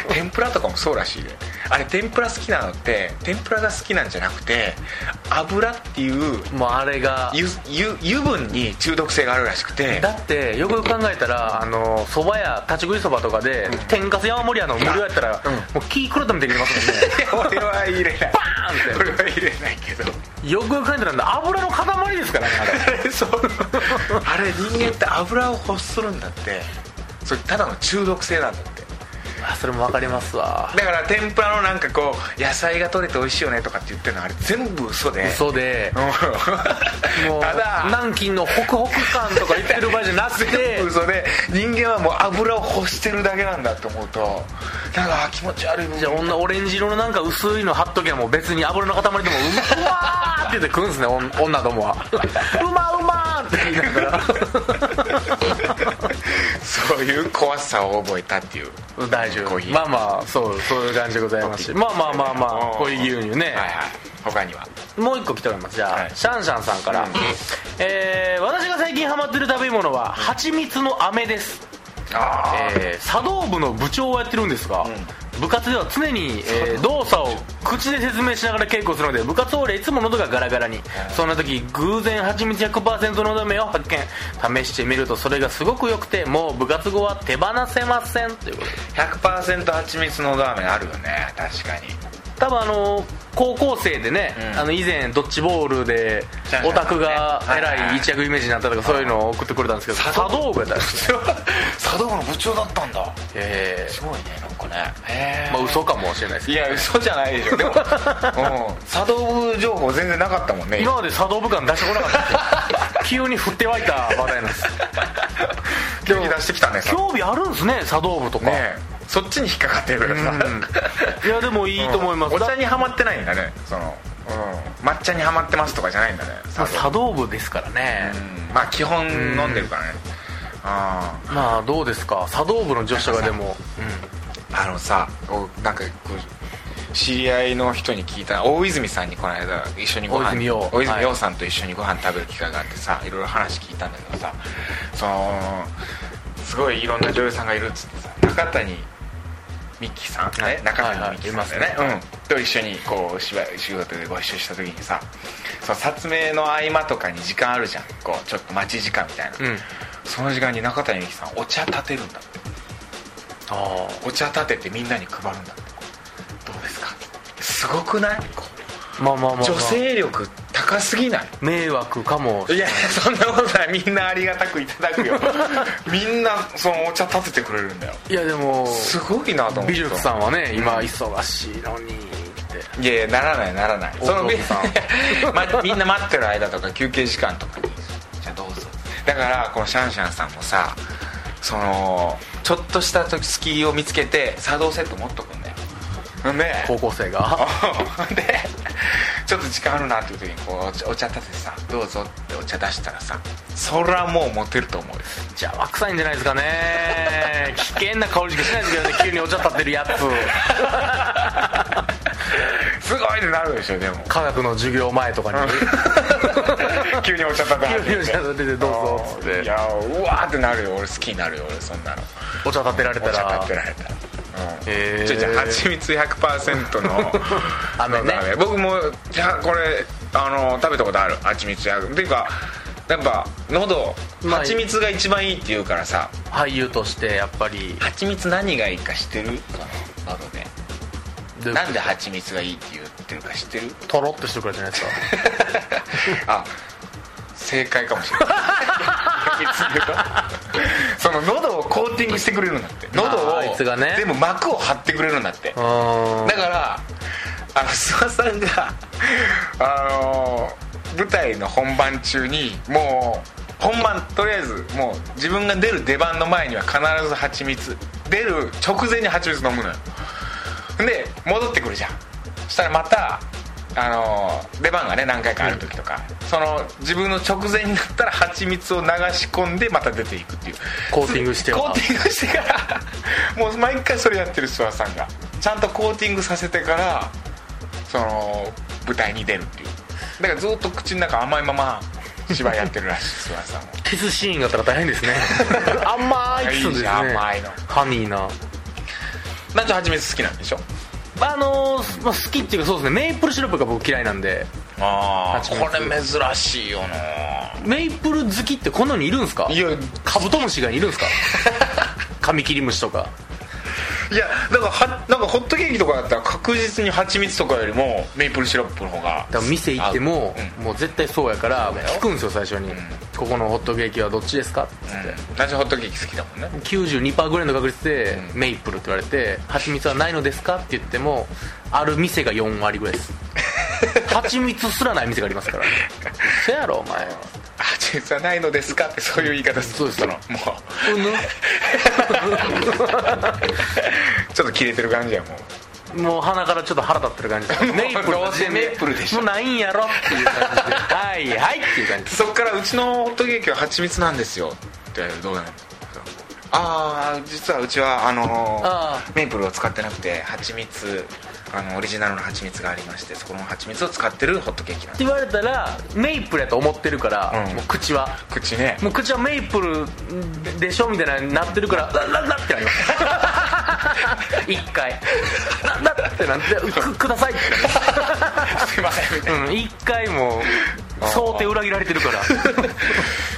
[SPEAKER 1] 天ぷらとかもそうらしいであれ天ぷら好きなのって天ぷらが好きなんじゃなくて油っていう
[SPEAKER 2] もうあれが
[SPEAKER 1] ゆゆ油分に中毒性があるらしくて
[SPEAKER 2] だってよくよく考えたらあのそば屋立ち食いそばとかで天かす山盛り屋の無料やったら、
[SPEAKER 1] うん
[SPEAKER 2] もう気狂ったみたいにできますも
[SPEAKER 1] (laughs)
[SPEAKER 2] んね
[SPEAKER 1] 俺は入れない
[SPEAKER 2] バーンって
[SPEAKER 1] 俺は入れないけど
[SPEAKER 2] よくよく考えたら油の塊ですからねあれ
[SPEAKER 1] あれそう (laughs) あれ人間って油を欲するんだってそれただの中毒性なんだって
[SPEAKER 2] あ (laughs) それも分かりますわ
[SPEAKER 1] だから天ぷらのなんかこう野菜が取れて美味しいよねとかって言ってるのあれ全部嘘で
[SPEAKER 2] 嘘で
[SPEAKER 1] うん
[SPEAKER 2] もう
[SPEAKER 1] ただ
[SPEAKER 2] 南京のホクホク感とか言ってる場合じゃなくて
[SPEAKER 1] 全部嘘で人間はもう油を欲してるだけなんだと思うとなんかあ気持ち悪い
[SPEAKER 2] じゃあ女オレンジ色のなんか薄いの貼っときゃもう別に油の塊でもううわーって言って食うんですねおん女どもは (laughs) うまうまーって言いながら
[SPEAKER 1] そういう怖さを覚えたっていう
[SPEAKER 2] (laughs) 大丈
[SPEAKER 1] コーヒ
[SPEAKER 2] 夫
[SPEAKER 1] ー
[SPEAKER 2] まあまあそうそういう感じでございますしまあまあまあまあ
[SPEAKER 1] うん
[SPEAKER 2] コーヒー牛乳ね、
[SPEAKER 1] はいはい他には
[SPEAKER 2] もう一個来ておりますじゃあ、
[SPEAKER 1] はい
[SPEAKER 2] シャンシャンさんか
[SPEAKER 1] う
[SPEAKER 2] ら、
[SPEAKER 1] ん
[SPEAKER 2] えー私が最近ハマってる食べ物は蜂蜜の飴です
[SPEAKER 1] あ
[SPEAKER 2] えー茶道部の部長をやってるんですが、部活では常に、えー動作を口で説明しながら稽古するので部活を俺いつも喉がガラガラにそんな時偶然はちみつ100%のどめを発見試してみるとそれがすごく良くてもう部活後は手放せませんということで
[SPEAKER 1] 100%蜂蜜のラーメンあるよね確か (laughs) に
[SPEAKER 2] 多分あの高校生でね、
[SPEAKER 1] うん
[SPEAKER 2] あの以前ドッジボールで
[SPEAKER 1] シャンシャン
[SPEAKER 2] オタクが
[SPEAKER 1] ね
[SPEAKER 2] えらい一躍有名人になったとかそういうのを送ってくれたんですけど茶道部やったんですね
[SPEAKER 1] 茶道部の部長だったんだ
[SPEAKER 2] え
[SPEAKER 1] すごいねなんかねへ
[SPEAKER 2] え
[SPEAKER 1] え
[SPEAKER 2] まあ嘘かもしれないです
[SPEAKER 1] い
[SPEAKER 2] けど
[SPEAKER 1] や嘘じゃないでしょで (laughs) も、うん、茶道部情報全然なかったもんね
[SPEAKER 2] 今まで茶道部感出してこなかったんですよ急に振って湧いた話題なんです
[SPEAKER 1] 急に出してきたねさ
[SPEAKER 2] 興味あるんですね茶道部とか、
[SPEAKER 1] ねえそっちに引っかかってるからさ、
[SPEAKER 2] いやでもいいと思います、
[SPEAKER 1] お茶にはまってないんだねその、うん、抹茶にはまってますとかじゃないんだね茶道
[SPEAKER 2] 茶道部ですからね、
[SPEAKER 1] うんまあ基本飲んでるからねあ
[SPEAKER 2] まあどうですか茶道部の女子がでも、うん
[SPEAKER 1] ああのさおなんかこう知り合いの人に聞いた大泉さんにこの間一緒にご飯
[SPEAKER 2] 大泉洋
[SPEAKER 1] 大泉
[SPEAKER 2] はい
[SPEAKER 1] 洋さんと一緒にご飯食べる機会があってさいろいろ話聞いたんだけどさそのすごいいろんな女優さんがいるっつってさ中谷美紀さん、ね
[SPEAKER 2] はい
[SPEAKER 1] 中谷美紀さんだよね、
[SPEAKER 2] はいはい
[SPEAKER 1] うん、と一緒にこう芝居仕事でご一緒した時にさその撮影の合間とかに時間あるじゃんこうちょっと待ち時間みたいな、
[SPEAKER 2] うん
[SPEAKER 1] その時間に中谷美紀さんお茶立てるんだって
[SPEAKER 2] あ
[SPEAKER 1] お茶立ててみんなに配るんだってどうですかすごくないこ
[SPEAKER 2] あまあまあまあ、ま
[SPEAKER 1] う
[SPEAKER 2] あ、
[SPEAKER 1] 女性力高すぎない
[SPEAKER 2] 迷惑かも
[SPEAKER 1] いやそんなことないみんなありがたくいただく (laughs) よみんなそのお茶立ててくれるんだよ
[SPEAKER 2] いやでも
[SPEAKER 1] すごいなと思って
[SPEAKER 2] 美術さんはね今忙しいのにって
[SPEAKER 1] いやいやならないならないその
[SPEAKER 2] お父さん
[SPEAKER 1] (laughs) まみんな待ってる間とか休憩時間とかにじゃあどうぞだからこのシャンシャンさんもさそのちょっとした時隙を見つけて茶道セット持っとくんだよんで
[SPEAKER 2] 高校生が
[SPEAKER 1] うん (laughs) でちょっと時間あるなっていう時にこうお茶立ててさどうぞってお茶出したらさそりゃもうモテると思うよ (laughs)
[SPEAKER 2] 邪魔くさいんじゃないですかね危険な香りしかしないですけどね急にお茶立ってるやつ
[SPEAKER 1] すごいってなるでしょでも (laughs)
[SPEAKER 2] 科学の授業前とかに
[SPEAKER 1] 急にお茶立て始めて
[SPEAKER 2] 急 (laughs) にお茶立ててどうぞっつって
[SPEAKER 1] いやうわーってなるよ俺好きになるよ俺そんなの
[SPEAKER 2] お茶立てられた
[SPEAKER 1] お茶
[SPEAKER 2] ら
[SPEAKER 1] 立てられたら
[SPEAKER 2] へ
[SPEAKER 1] う
[SPEAKER 2] ー
[SPEAKER 1] んじゃあじゃあ蜂蜜100%の
[SPEAKER 2] (laughs) 飴ね
[SPEAKER 1] の飴僕もじゃあこれあの食べたことある蜂蜜100っていうかやっぱ喉
[SPEAKER 2] まあ
[SPEAKER 1] 蜂蜜が一番いいって言うからさ
[SPEAKER 2] 俳優としてやっぱり
[SPEAKER 1] 蜂蜜何がいいか知ってるかな喉で
[SPEAKER 2] で
[SPEAKER 1] なんで蜂蜜がいいって言ってるか知ってる (laughs)
[SPEAKER 2] トロっとしてくれじゃないですか
[SPEAKER 1] あ正解かもしれない蜜でかその喉をコーティングしてくれるんだって喉
[SPEAKER 2] あ
[SPEAKER 1] を
[SPEAKER 2] あいつがね
[SPEAKER 1] 全部膜を張ってくれるんだって
[SPEAKER 2] うーん
[SPEAKER 1] だからあの諏訪さんがあの舞台の本番中にもう本番とりあえずもう自分が出る出番の前には必ず蜂蜜出る直前に蜂蜜飲むのよで戻ってくるじゃんそしたらまたあの出番がね何回かある時とか、その自分の直前になったら蜂蜜を流し込んでまた出ていくっていう
[SPEAKER 2] コーティングしては
[SPEAKER 1] コーティングしてからもう毎回それやってる諏訪さんがちゃんとコーティングさせてからその舞台に出るっていうだからずっと口の中甘いまま芝居やってるらしい (laughs) 諏訪さんも
[SPEAKER 2] キスシーンがあったら大変ですね (laughs) 甘いキスです
[SPEAKER 1] いい
[SPEAKER 2] ね
[SPEAKER 1] じゃん甘いの
[SPEAKER 2] ハニーな
[SPEAKER 1] ナチョ蜂蜜好きなんでしょ
[SPEAKER 2] あのーまあ、好きっていうかそうですねメイプルシロップが僕嫌いなんで
[SPEAKER 1] あ
[SPEAKER 2] 蜂
[SPEAKER 1] こ
[SPEAKER 2] 蜜
[SPEAKER 1] れ珍しいよな
[SPEAKER 2] メイプル好きってこの世にいるんですか
[SPEAKER 1] いや
[SPEAKER 2] カブトムシがいるんですか (laughs) カミキリムシとか
[SPEAKER 1] いやだからはなんかホットケーキとかだったら確実に蜂蜜とかよりもメープルシロップの方が
[SPEAKER 2] だから店行っても、
[SPEAKER 1] う
[SPEAKER 2] もう絶対そうやから
[SPEAKER 1] だよ
[SPEAKER 2] 聞くんですよ最初に、ここのホットケーキはどっちですか?」っつ
[SPEAKER 1] う
[SPEAKER 2] って、
[SPEAKER 1] んナチョホットケーキ好きだもんね
[SPEAKER 2] 92%ぐらいの確率で「
[SPEAKER 1] うん
[SPEAKER 2] メイプル」って言われて「蜂蜜はないのですか?」って言ってもある店が4割ぐらいです
[SPEAKER 1] (laughs)
[SPEAKER 2] 蜂蜜すらない店がありますからそやろお前は
[SPEAKER 1] 蜂蜜はないのですかってそういう言い方する
[SPEAKER 2] そうです
[SPEAKER 1] のもう
[SPEAKER 2] うぬ
[SPEAKER 1] ちょっとキレてる感じやもう
[SPEAKER 2] もう鼻からちょっと腹立ってる感じです
[SPEAKER 1] もう
[SPEAKER 2] メイプ
[SPEAKER 1] (laughs)
[SPEAKER 2] ル
[SPEAKER 1] どうせメイプルでしょ
[SPEAKER 2] もうないんやろっていう感じではいはいっていう感じです
[SPEAKER 1] そっからうちのホットケーキは蜂蜜なんですよってどうなのああ実はうちはあのー
[SPEAKER 2] あ
[SPEAKER 1] メープルを使ってなくて蜂蜜あのオリジナルの蜂蜜がありましてそこの蜂蜜を使ってるホットケーキなん (laughs)
[SPEAKER 2] っ
[SPEAKER 1] で
[SPEAKER 2] て言われたらメイプルやと思ってるから、
[SPEAKER 1] うん
[SPEAKER 2] もう口は
[SPEAKER 1] す口ね
[SPEAKER 2] もう口はメイプルでしょみたいななってるからラララってなりま
[SPEAKER 1] (laughs)
[SPEAKER 2] す一回ララってなってくくださいって
[SPEAKER 1] すいませんみたいな
[SPEAKER 2] うん一回もう想定裏切られてるから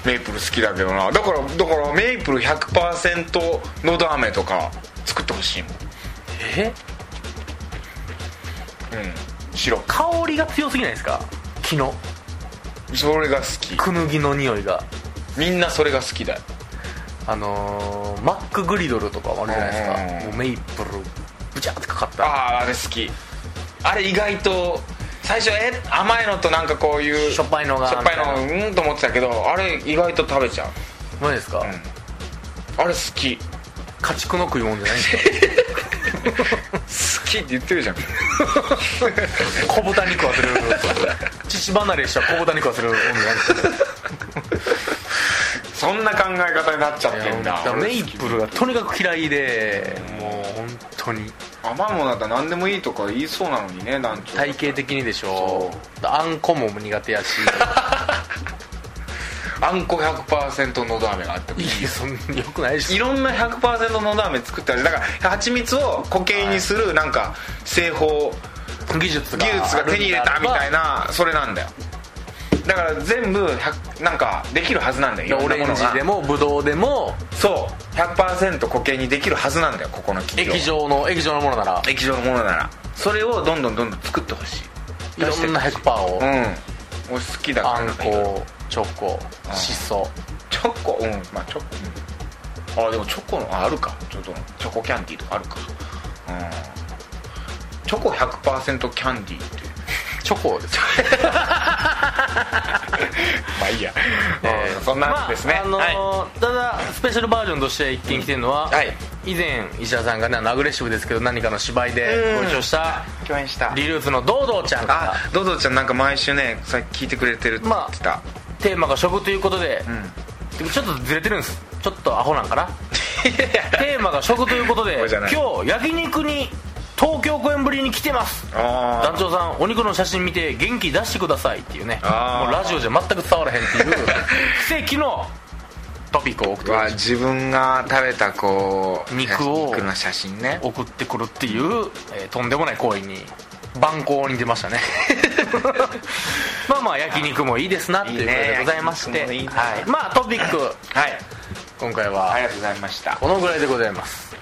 [SPEAKER 1] メープル好きだけどなだからだからメープル100%のど飴とか作ってほしいもん
[SPEAKER 2] え
[SPEAKER 1] うん白
[SPEAKER 2] 香りが強すぎないですか木の
[SPEAKER 1] それが好き
[SPEAKER 2] クヌギの匂いが
[SPEAKER 1] みんなそれが好きだよ
[SPEAKER 2] あのーマックグリドルとかもあるじゃないで
[SPEAKER 1] う
[SPEAKER 2] す
[SPEAKER 1] ん
[SPEAKER 2] かもうメイプルブチャーってかかった
[SPEAKER 1] あああれ好きあれ意外と最初え甘いのとなんかこういう
[SPEAKER 2] しょっぱいのが
[SPEAKER 1] しょっぱい
[SPEAKER 2] みた
[SPEAKER 1] のうんと思ってたけどあれ意外と食べちゃう
[SPEAKER 2] マジですか、
[SPEAKER 1] あれ好き好
[SPEAKER 2] 家畜の食い物じゃないんですか
[SPEAKER 1] きって言ってるじゃん
[SPEAKER 2] 小豚肉忘れる (laughs) 乳離れした小豚肉忘れるもんじゃないんですか
[SPEAKER 1] そんな考え方になっちゃってん
[SPEAKER 2] だ
[SPEAKER 1] だ
[SPEAKER 2] から
[SPEAKER 1] 俺
[SPEAKER 2] メイプルがとにかく嫌いでもう本当に
[SPEAKER 1] 甘いものだったら何でもいいとか言いそうなのにね団長
[SPEAKER 2] 体型的にでしょあんこも苦手やし
[SPEAKER 1] あんこ100%のど飴があ (laughs) ってもいい
[SPEAKER 2] いやそんなよくないし
[SPEAKER 1] いろんな100%のど飴作ってあるだから蜂蜜を固形にするなんか製法
[SPEAKER 2] 技術が
[SPEAKER 1] 技術が手に入れたみたいなそれなんだよだから全部100なんかできるはずなんだよいろ
[SPEAKER 2] オ
[SPEAKER 1] んなも
[SPEAKER 2] レン
[SPEAKER 1] の
[SPEAKER 2] ジ
[SPEAKER 1] が
[SPEAKER 2] でもブドウでも
[SPEAKER 1] そう100%固形にできるはずなんだよここの企業
[SPEAKER 2] 液状の液状のものなら
[SPEAKER 1] 液状のものならそれをどんどんどんどん作ってほしい
[SPEAKER 2] いろんな100%を
[SPEAKER 1] うん俺好きだから
[SPEAKER 2] あんこチョコ
[SPEAKER 1] ん
[SPEAKER 2] しそ
[SPEAKER 1] チョコうんまあチョコ、うん、あでもチョコのああるかちょっとチョコキャンディーとかあるかうんチョコ100%キャンディーって
[SPEAKER 2] チョコですよ
[SPEAKER 1] まあいい
[SPEAKER 2] (laughs)
[SPEAKER 1] や、
[SPEAKER 2] え
[SPEAKER 1] う
[SPEAKER 2] ー
[SPEAKER 1] んそんなんですね、
[SPEAKER 2] まああのー
[SPEAKER 1] はい
[SPEAKER 2] ただスペシャルバージョンとして一見来てるのは、
[SPEAKER 1] はい
[SPEAKER 2] 以前石田さんがねあのアグレッシブですけど何かの芝居で
[SPEAKER 1] うん
[SPEAKER 2] ご一緒した
[SPEAKER 1] 共演した
[SPEAKER 2] リルーツの堂々ちゃん
[SPEAKER 1] あ
[SPEAKER 2] が
[SPEAKER 1] ドドちゃんなんか毎週ねさっき聞いてくれてるって言ってた、
[SPEAKER 2] テーマが食ということで、
[SPEAKER 1] うん
[SPEAKER 2] ちょっとずれてるんですちょっとアホなん
[SPEAKER 1] (laughs)
[SPEAKER 2] かなテーマが食ということで
[SPEAKER 1] これじゃない
[SPEAKER 2] 今日焼肉に東京公演ぶりに来てます
[SPEAKER 1] あ
[SPEAKER 2] 団長さんお肉の写真見て元気出してくださいっていうね
[SPEAKER 1] あー
[SPEAKER 2] もうラジオじゃ全く伝わらへんってい
[SPEAKER 1] (laughs)
[SPEAKER 2] う奇跡のトピックを送って
[SPEAKER 1] は自分が食べたこう
[SPEAKER 2] 肉を
[SPEAKER 1] 肉の写真ね
[SPEAKER 2] 送ってくるっていう、えーとんでもない行為に蛮行に出まし
[SPEAKER 1] (laughs)
[SPEAKER 2] たねまあまあ焼肉もいいですなっていうことでございま
[SPEAKER 1] い
[SPEAKER 2] して
[SPEAKER 1] いね焼肉もいいな
[SPEAKER 2] はい、まあトピック
[SPEAKER 1] はい
[SPEAKER 2] 今回
[SPEAKER 1] あ
[SPEAKER 2] は
[SPEAKER 1] りがとうございました
[SPEAKER 2] このぐらいでございます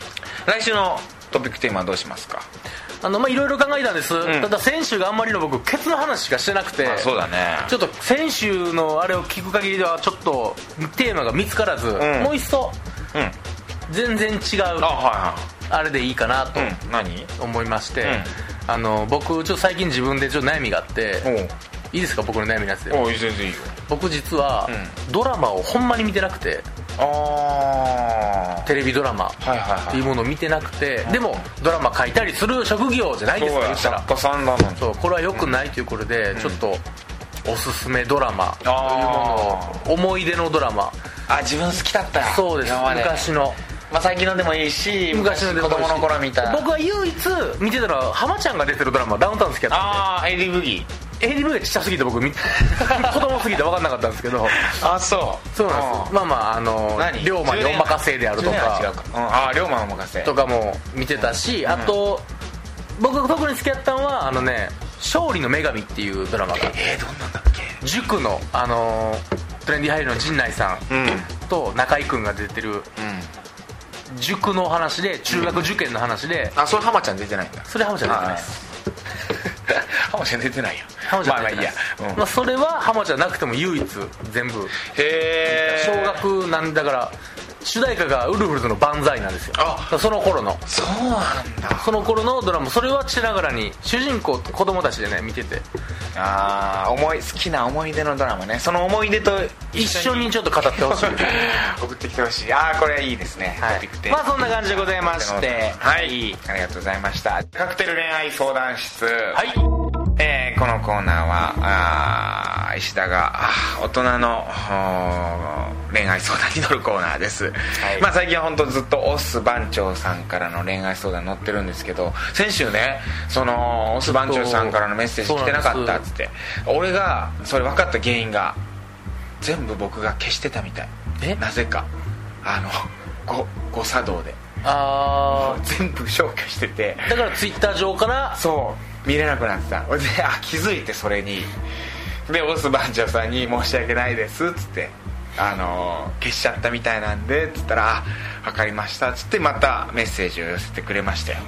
[SPEAKER 1] 来週のトピックテーマはどうしますか
[SPEAKER 2] あのまあいろいろ考えたんです、
[SPEAKER 1] ん
[SPEAKER 2] ただ先週があんまりの僕ケツの話しかしてなくて
[SPEAKER 1] うだね
[SPEAKER 2] ちょっと先週のあれを聞く限りではちょっとテーマが見つからず、
[SPEAKER 1] ん
[SPEAKER 2] もう一層
[SPEAKER 1] うん
[SPEAKER 2] 全然違う
[SPEAKER 1] あは
[SPEAKER 2] あれでいいかなと
[SPEAKER 1] いはいうん何
[SPEAKER 2] 思いまして、あの僕ちょっと最近自分でちょっと悩みがあっていいですか僕の悩みのやつで
[SPEAKER 1] おうおう全然いいよ
[SPEAKER 2] 僕実は
[SPEAKER 1] う
[SPEAKER 2] ドラマをほんまに見てなくて
[SPEAKER 1] あ
[SPEAKER 2] テレビドラマっ
[SPEAKER 1] はいはいはい
[SPEAKER 2] ていうものを見てなくてでもドラマ書いたりする職業じゃない
[SPEAKER 1] そ
[SPEAKER 2] で
[SPEAKER 1] う
[SPEAKER 2] すか言
[SPEAKER 1] や
[SPEAKER 2] ったら
[SPEAKER 1] 作家さんだもん
[SPEAKER 2] そうこれは良くないということでちょっとおすすめドラマという
[SPEAKER 1] あ
[SPEAKER 2] ものを思い出のドラマ
[SPEAKER 1] あ自分好きだったよ
[SPEAKER 2] そうです
[SPEAKER 1] 今まで
[SPEAKER 2] 昔の
[SPEAKER 1] まあ最近のでもいいし
[SPEAKER 2] 昔の
[SPEAKER 1] 子供の頃みたいな
[SPEAKER 2] 僕は唯一見てたのは浜ちゃんが出てるドラマダウンタウン好きやったんで
[SPEAKER 1] ああエディブギー
[SPEAKER 2] ADV がちっちゃすぎて僕
[SPEAKER 1] (laughs)
[SPEAKER 2] 見子供すぎて分かんなかったんですけど
[SPEAKER 1] あそう
[SPEAKER 2] そうなんですまあまああの
[SPEAKER 1] 何
[SPEAKER 2] 龍馬にお任せである
[SPEAKER 1] 10
[SPEAKER 2] と
[SPEAKER 1] 年
[SPEAKER 2] か
[SPEAKER 1] は違うか、うん、ああ龍馬のお任せ
[SPEAKER 2] とかも見てたしあと僕が特に好きやったのはあのね「勝利の女神」っていうドラマが
[SPEAKER 1] えー、どんなんだっけ
[SPEAKER 2] 塾のあのトレンディハイルの陣内さ
[SPEAKER 1] うんうん
[SPEAKER 2] んと中居君が出てる塾の話で中学受験の話で
[SPEAKER 1] あそれ浜ちゃん出てないん (laughs) だ
[SPEAKER 2] それ浜ちゃん出てないです
[SPEAKER 1] ハモちゃん出てないよ
[SPEAKER 2] 浜ちゃん
[SPEAKER 1] ま
[SPEAKER 2] 出
[SPEAKER 1] あま
[SPEAKER 2] てな
[SPEAKER 1] あい
[SPEAKER 2] い
[SPEAKER 1] い
[SPEAKER 2] で
[SPEAKER 1] や
[SPEAKER 2] す、
[SPEAKER 1] うん
[SPEAKER 2] まあ、それは浜ちゃんなくても唯一全部
[SPEAKER 1] へえ
[SPEAKER 2] 小学なんだから主題歌がウルフルズの「万歳」なんですよ
[SPEAKER 1] あ
[SPEAKER 2] その頃の
[SPEAKER 1] そうなんだ
[SPEAKER 2] その頃のドラマそれはちながらに主人公子供たちでね見てて
[SPEAKER 1] ああ思い好きな思い出のドラマねその思い出と
[SPEAKER 2] 一緒にちょっと語ってほしい
[SPEAKER 1] (laughs) 送ってきてほしいああこれいいですね、
[SPEAKER 2] はい
[SPEAKER 1] トピックテーマ
[SPEAKER 2] まあそんな感じでございまして
[SPEAKER 1] はいありがとうございましたカクテル恋愛相談室は
[SPEAKER 2] はい
[SPEAKER 1] えーこのコーナーはあー石田があー大人のおー恋愛相談に乗るコーナーです、
[SPEAKER 2] い
[SPEAKER 1] まあ、最近は本当ずっとオス番長さんからの恋愛相談乗ってるんですけど先週ねそのオス番長さんからのメッセージ来てなかったっつって俺がそれ分かった原因が全部僕が消してたみたい
[SPEAKER 2] え
[SPEAKER 1] なぜかあのご誤作動で
[SPEAKER 2] あ
[SPEAKER 1] 全部消去してて
[SPEAKER 2] ーだからツイッター上から
[SPEAKER 1] そう見れなくなってたであ気づいてそれにでオス番長さんに「申し訳ないです」っつって「あのー消しちゃったみたいなんで」っつったら「分かりました」っつってまたメッセージを寄せてくれましたよ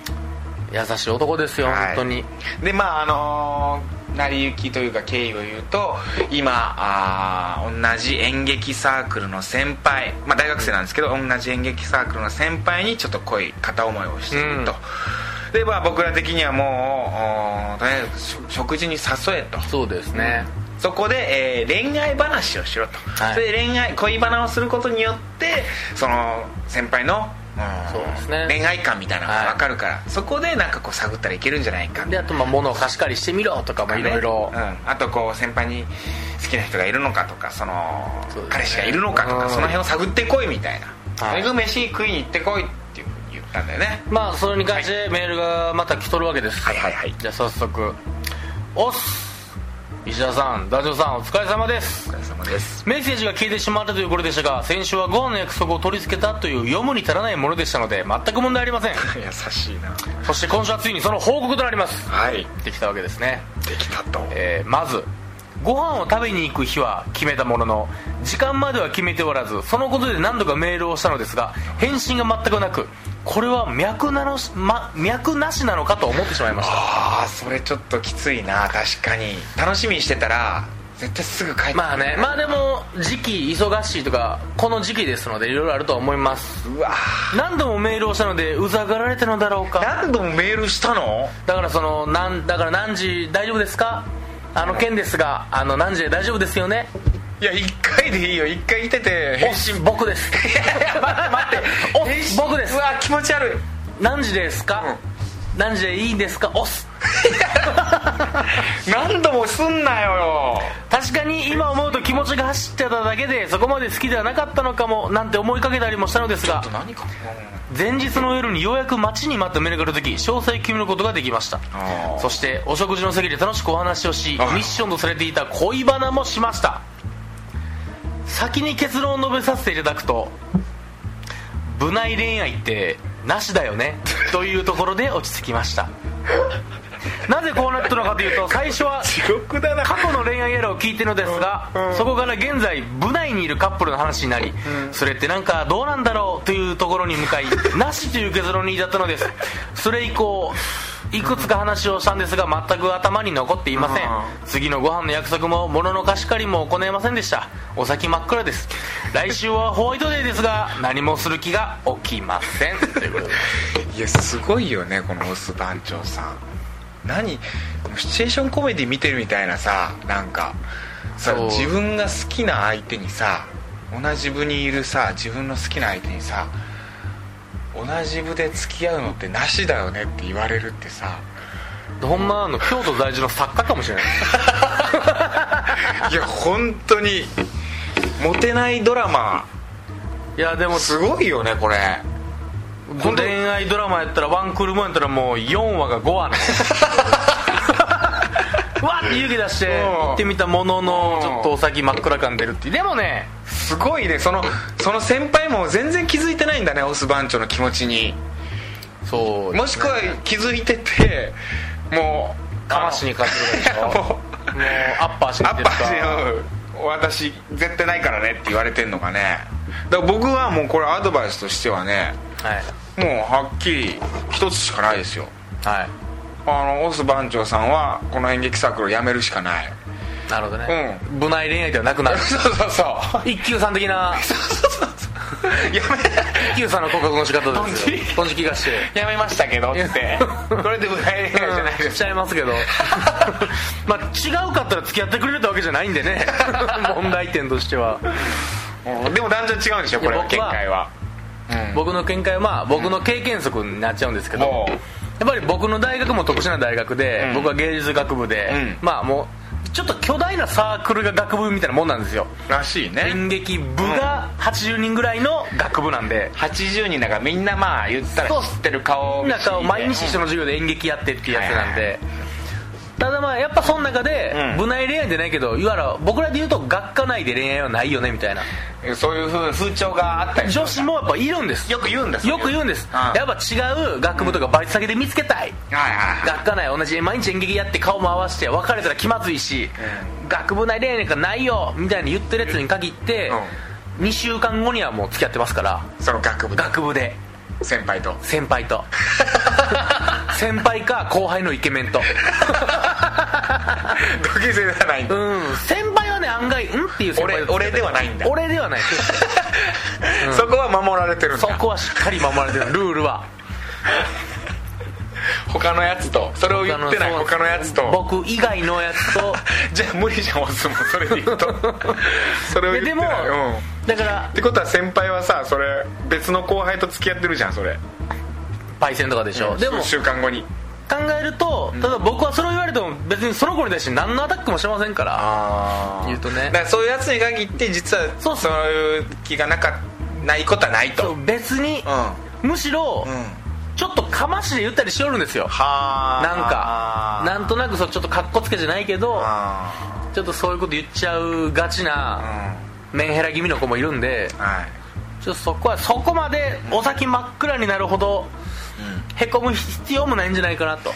[SPEAKER 2] 優しい男ですよ
[SPEAKER 1] はい
[SPEAKER 2] 本当に
[SPEAKER 1] でまああのー成り行きというか経緯を言うと今あー同じ演劇サークルの先輩、まあ、大学生なんですけど同じ演劇サークルの先輩にちょっと恋片思いをしていると、でまあ僕ら的にはもうおーとりあえず食食事に誘えと
[SPEAKER 2] そうですね
[SPEAKER 1] そこで、えー恋愛話をしろと、
[SPEAKER 2] はい
[SPEAKER 1] それで恋愛恋バナをすることによってその先輩の、うん
[SPEAKER 2] そうですね
[SPEAKER 1] 恋愛観みたいなのが分かるから、そこでなんかこう探ったらいけるんじゃないか
[SPEAKER 2] であとまあ物を貸し借りしてみろとかもいろいろ
[SPEAKER 1] ねうん、あとこう先輩に好きな人がいるのかとかその
[SPEAKER 2] そうですね
[SPEAKER 1] 彼氏がいるのかと
[SPEAKER 2] う
[SPEAKER 1] か
[SPEAKER 2] ん
[SPEAKER 1] その辺を探ってこいみたいな、
[SPEAKER 2] は
[SPEAKER 1] そ
[SPEAKER 2] い
[SPEAKER 1] れが飯食いに行ってこいっていうふうに言ったんだよね
[SPEAKER 2] まあそれに関してメールがまた来とるわけです
[SPEAKER 1] はいはいはい
[SPEAKER 2] じゃあ早速おっす石田さんダジョさんお疲れ様です
[SPEAKER 1] お疲れ様です
[SPEAKER 2] メッセージが消えてしまったということでしたが先週はご飯の約束を取り付けたという読むに足らないものでしたので全く問題ありません
[SPEAKER 1] 優しいな
[SPEAKER 2] そして今週はついにその報告となります
[SPEAKER 1] はい
[SPEAKER 2] できたわけですね
[SPEAKER 1] できたと
[SPEAKER 2] えーまずご飯を食べに行く日は決めたものの時間までは決めておらずそのことで何度かメールをしたのですが返信が全くなくこれは脈なのし、ま、脈なしなのかと思ってしまいました
[SPEAKER 1] ああそれちょっときついな確かに楽しみにしてたら絶対すぐ帰って
[SPEAKER 2] まあねまあでも時期忙しいとかこの時期ですのでいろいろあるとは思います
[SPEAKER 1] うわ
[SPEAKER 2] 何度もメールをしたのでうざがられたのだろうか
[SPEAKER 1] 何度もメールしたの
[SPEAKER 2] だからそのなんだから何時大丈夫ですかあの件ですがあの何時で大丈夫ですよね
[SPEAKER 1] いや1回でいいよ1回いてて
[SPEAKER 2] おっ僕です
[SPEAKER 1] いやいや待って
[SPEAKER 2] おっ
[SPEAKER 1] 待って
[SPEAKER 2] 僕です
[SPEAKER 1] うわ気持ち悪い
[SPEAKER 2] 何時ですか、何時でいいんですか押す
[SPEAKER 1] 何度もすんなよよ
[SPEAKER 2] 確かに今思うと気持ちが走ってただけでそこまで好きではなかったのかもなんて思いかけたりもしたのですが
[SPEAKER 1] 何か
[SPEAKER 2] 前日の夜にようやく待ちに待ったメールが届き詳細を決めることができました
[SPEAKER 1] あー
[SPEAKER 2] そしてお食事の席で楽しくお話をしミ
[SPEAKER 1] あー
[SPEAKER 2] ッションとされていた恋バナもしました先に結論を述べさせていただくと部内恋愛ってなしだよねというところで落ち着き
[SPEAKER 1] (laughs)
[SPEAKER 2] ましたなぜこうなったのかというと最初は
[SPEAKER 1] 地獄だな
[SPEAKER 2] 過去の恋愛エラーを聞いてるのですが、
[SPEAKER 1] うんうん
[SPEAKER 2] そこから現在部内にいるカップルの話になり、それってなんかどうなんだろうというところに向かいなしという結論に至ったの (laughs) ですそれ以降いくつか話をしたんですが全く頭に残っていません
[SPEAKER 1] う
[SPEAKER 2] 次のご飯の約束も物の貸し借りも行えませんでしたお先真っ暗です来週はホワイトデーですが何もする気が起きませんということで
[SPEAKER 1] いやすごいよねこのオス番長さん何シチュエーションコメディ見てるみたいなさなんかさ
[SPEAKER 2] そう
[SPEAKER 1] 自分が好きな相手にさ同じ部にいるさ自分の好きな相手にさ同じ部で付き合うのってなしだよねって言われるって
[SPEAKER 2] (laughs)
[SPEAKER 1] さ
[SPEAKER 2] どんなあの京都在住の作家かもしれない
[SPEAKER 1] いや本当にモテないドラマ
[SPEAKER 2] いやでも
[SPEAKER 1] すごいよねこれ
[SPEAKER 2] 恋愛ドラマやったらワンクールもんやったらもう4話が5話ね
[SPEAKER 1] (laughs)
[SPEAKER 2] わって勇気出して
[SPEAKER 1] うん
[SPEAKER 2] 行ってみたもの
[SPEAKER 1] う
[SPEAKER 2] の
[SPEAKER 1] ん
[SPEAKER 2] ちょっとお先真っ暗感出るっていうでもね
[SPEAKER 1] すごいねそのその先輩も全然気づいてないんだねオス番長の気持ちに
[SPEAKER 2] そう
[SPEAKER 1] もしくは気づいててもう
[SPEAKER 2] かましにかってるでし
[SPEAKER 1] あ
[SPEAKER 2] ょ
[SPEAKER 1] の
[SPEAKER 2] もう
[SPEAKER 1] もう
[SPEAKER 2] アッパーしに
[SPEAKER 1] ア
[SPEAKER 2] 行って
[SPEAKER 1] ッ
[SPEAKER 2] る
[SPEAKER 1] パ
[SPEAKER 2] か
[SPEAKER 1] ーしよ私絶対ないからねって言われてんのかねだから僕はもうこれアドバイスとしてはね
[SPEAKER 2] はい
[SPEAKER 1] もうはっきり一つしかないですよ
[SPEAKER 2] はい
[SPEAKER 1] あのオス番長さんはこの演劇サークルを辞めるしかない
[SPEAKER 2] なるほどね、部内恋愛ではなくなる
[SPEAKER 1] (laughs) そうそうそう
[SPEAKER 2] 一休さん的な
[SPEAKER 1] 辞め
[SPEAKER 2] 一休さんの告白の仕方ですよ
[SPEAKER 1] トンチ
[SPEAKER 2] トンチ気がして
[SPEAKER 1] 辞めましたけどってこれで (laughs) 部外恋愛じゃないで
[SPEAKER 2] し
[SPEAKER 1] す
[SPEAKER 2] ちゃいま
[SPEAKER 1] (laughs)
[SPEAKER 2] すけどまあ違うかったら付き合ってくれるってわけじゃないん
[SPEAKER 1] (laughs)
[SPEAKER 2] でね問題点としては
[SPEAKER 1] うんでも男女違うんでしょこれ
[SPEAKER 2] い
[SPEAKER 1] は
[SPEAKER 2] や
[SPEAKER 1] 見
[SPEAKER 2] 僕は
[SPEAKER 1] 解は
[SPEAKER 2] 僕の見解はまあ僕の経験則になっちゃうんですけど
[SPEAKER 1] もう
[SPEAKER 2] やっぱり僕の大学も特殊な大学で、
[SPEAKER 1] うん
[SPEAKER 2] 僕は芸術学部で、
[SPEAKER 1] うん
[SPEAKER 2] まあもうちょっと巨大なサークルが学部みたいなもんなんですよ
[SPEAKER 1] らしいね
[SPEAKER 2] 演劇部が80人ぐらいの学部なんで
[SPEAKER 1] 80人だからみんなまあ言ったら知ってる顔
[SPEAKER 2] なんか毎日一緒の授業で演劇やってっていうやつなん
[SPEAKER 1] はいは
[SPEAKER 2] でただまあやっぱその中で
[SPEAKER 1] うん
[SPEAKER 2] 部内恋愛じゃないけどいわゆる僕らで言うと学科内で恋愛はないよねみたいな
[SPEAKER 1] そういう風風潮があったり
[SPEAKER 2] 女子もやっぱいるんです
[SPEAKER 1] よく言うんです
[SPEAKER 2] よく言うんです
[SPEAKER 1] ん
[SPEAKER 2] やっぱ違う学部とかバイト先で見つけたい
[SPEAKER 1] はいはいはい
[SPEAKER 2] 学科内同じ毎日演劇やって顔も合わせて別れたら気まずいし、学部内恋愛なんかないよみたいに言ってるやつに限って、2週間後にはもう付き合ってますから
[SPEAKER 1] その学部だ
[SPEAKER 2] 学部で
[SPEAKER 1] 先輩と
[SPEAKER 2] 先
[SPEAKER 1] (laughs)
[SPEAKER 2] 輩と先輩か後輩のイケメンと
[SPEAKER 1] 同級生じゃないん
[SPEAKER 2] う
[SPEAKER 1] だ
[SPEAKER 2] ん先輩はね案外うんっていう先
[SPEAKER 1] 俺
[SPEAKER 2] 輩だった
[SPEAKER 1] 俺ではないんだ
[SPEAKER 2] 俺ではない
[SPEAKER 1] そこは守られてるん
[SPEAKER 2] そ
[SPEAKER 1] だ
[SPEAKER 2] こはしっかり守られてるルールは
[SPEAKER 1] 他のやつとそれを言ってない
[SPEAKER 2] そう
[SPEAKER 1] 他のやつと
[SPEAKER 2] 僕以外のや
[SPEAKER 1] (laughs)
[SPEAKER 2] つと
[SPEAKER 1] じゃあ無理じゃんオスもそれで言うと
[SPEAKER 2] (laughs)
[SPEAKER 1] それを言
[SPEAKER 2] で
[SPEAKER 1] って
[SPEAKER 2] でも
[SPEAKER 1] ないうんっ
[SPEAKER 2] だから
[SPEAKER 1] てことは先輩はさそれ別の後輩と付き合ってるじゃんそれ
[SPEAKER 2] パイセンとかでしょ、でも
[SPEAKER 1] 数週間後に
[SPEAKER 2] 考えるとただ僕はそれを言われても別にその子に対して何のアタックもしてませんから
[SPEAKER 1] あ
[SPEAKER 2] 言うとね
[SPEAKER 1] だからそういうやつに限って実は
[SPEAKER 2] そうそう
[SPEAKER 1] いう気がなかないことはない
[SPEAKER 2] そ
[SPEAKER 1] と
[SPEAKER 2] う別にむしろ
[SPEAKER 1] うん
[SPEAKER 2] ちょっとかましで言ったりしよるんですよ
[SPEAKER 1] はあ
[SPEAKER 2] なんかなんとなくそうちょっとかっこつけじゃないけど
[SPEAKER 1] あ
[SPEAKER 2] ちょっとそういうこと言っちゃうがち
[SPEAKER 1] ー
[SPEAKER 2] なメンヘラ気味の子もいるんで
[SPEAKER 1] うんはい
[SPEAKER 2] ちょっとそこはそこまでお先真っ暗になるほどへこむ必要もないんじゃないかなと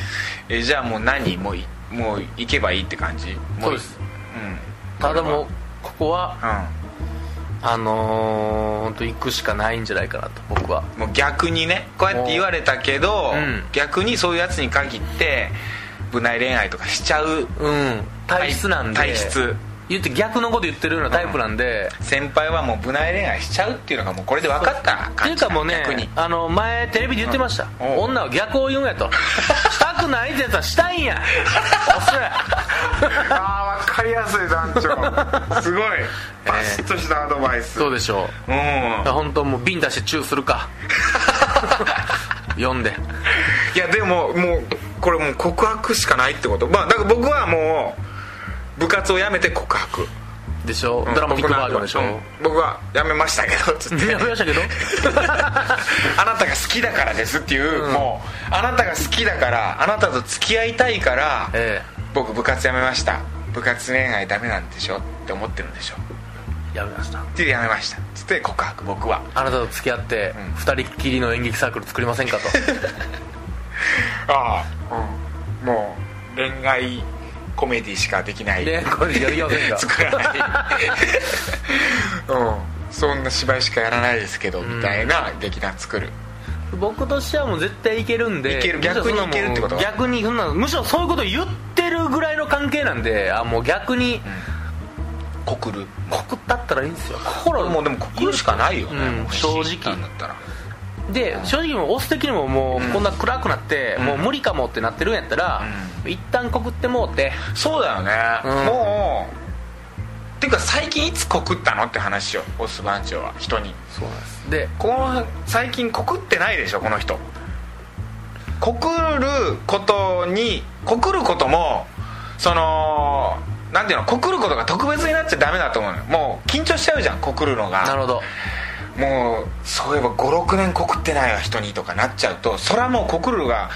[SPEAKER 1] えじゃあもう何もういもう行けばいいって感じも
[SPEAKER 2] そうです
[SPEAKER 1] うん
[SPEAKER 2] ただもうここは
[SPEAKER 1] う
[SPEAKER 2] あのー、本当行くしかないんじゃないかなと僕は
[SPEAKER 1] んもう逆にねこうやって言われたけど、
[SPEAKER 2] うん
[SPEAKER 1] 逆にそういうやつに限って部内恋愛とかしちゃう
[SPEAKER 2] うん体質なんで
[SPEAKER 1] 体質
[SPEAKER 2] 言って逆のこと言ってるようなタイプなんで、
[SPEAKER 1] 先輩はもう部内恋愛しちゃうっていうのがもうこれで分かった
[SPEAKER 2] ってい
[SPEAKER 1] 感
[SPEAKER 2] う
[SPEAKER 1] じだ
[SPEAKER 2] かもうね
[SPEAKER 1] 逆に
[SPEAKER 2] あの前テレビで言ってました、
[SPEAKER 1] うんおう
[SPEAKER 2] 女は逆を言うん
[SPEAKER 1] (laughs)
[SPEAKER 2] やとしたくないってやつはしたいんやおっ
[SPEAKER 1] ああ分かりやすい団
[SPEAKER 2] (laughs)
[SPEAKER 1] 長すごいバシッとしたアドバイス、
[SPEAKER 2] そうでしょう
[SPEAKER 1] うん
[SPEAKER 2] だから本当もう瓶出してチューす
[SPEAKER 1] (laughs)
[SPEAKER 2] るか読んで
[SPEAKER 1] いやでももうこれもう告白しかないってことまあだから僕はもう部活を辞めて告白
[SPEAKER 2] でしょ、ドラマティックバージョンでしょ、
[SPEAKER 1] うん僕は辞めましたけどつって
[SPEAKER 2] い (laughs) や増やした
[SPEAKER 1] (laughs)
[SPEAKER 2] けど
[SPEAKER 1] あなたが好きだからですっていう、
[SPEAKER 2] うん
[SPEAKER 1] もうあなたが好きだからあなたと付き合いたいから、
[SPEAKER 2] え
[SPEAKER 1] 僕部活辞めました部活恋愛ダメなんでしょって思ってるんでしょ
[SPEAKER 2] えやめました
[SPEAKER 1] で辞めましたつって告白僕は
[SPEAKER 2] あなたと付き合って
[SPEAKER 1] うん
[SPEAKER 2] 二人っきりの演劇サークル作りませんかと
[SPEAKER 1] (laughs) ああ、うん、もう恋愛コメディしかできない
[SPEAKER 2] でこれやりませんか
[SPEAKER 1] 作らない (laughs) うんそんな芝居しかやらないですけど、みたいな劇団作る
[SPEAKER 2] 僕としてはもう絶対いけるんで
[SPEAKER 1] いける逆にいけるってこと
[SPEAKER 2] むしろそんなもん逆にそんなむしろそういうこと言ってるぐらいの関係なんであもう逆に
[SPEAKER 1] 告る
[SPEAKER 2] 告ったったらいいんですよ
[SPEAKER 1] 心
[SPEAKER 2] 心
[SPEAKER 1] もうでも告るしかないよね、
[SPEAKER 2] うん
[SPEAKER 1] もう
[SPEAKER 2] 正直
[SPEAKER 1] 知ったんだったら
[SPEAKER 2] で正直もうオス的にももうこんな暗くなって、もう無理かもってなってるんやったら、一旦告ってもうて
[SPEAKER 1] そうだよね、
[SPEAKER 2] うん
[SPEAKER 1] もうっていうか最近いつ告ったのって話をオス番長は人に
[SPEAKER 2] そうなんですで
[SPEAKER 1] この最近告ってないでしょこの人告ることに告ることもそのなんていうの告ることが特別になっちゃダメだと思うのよもう緊張しちゃうじゃん告るのが
[SPEAKER 2] なるほど
[SPEAKER 1] もうそういえば56年告ってないわ人にとかなっちゃうとそれはもう告るが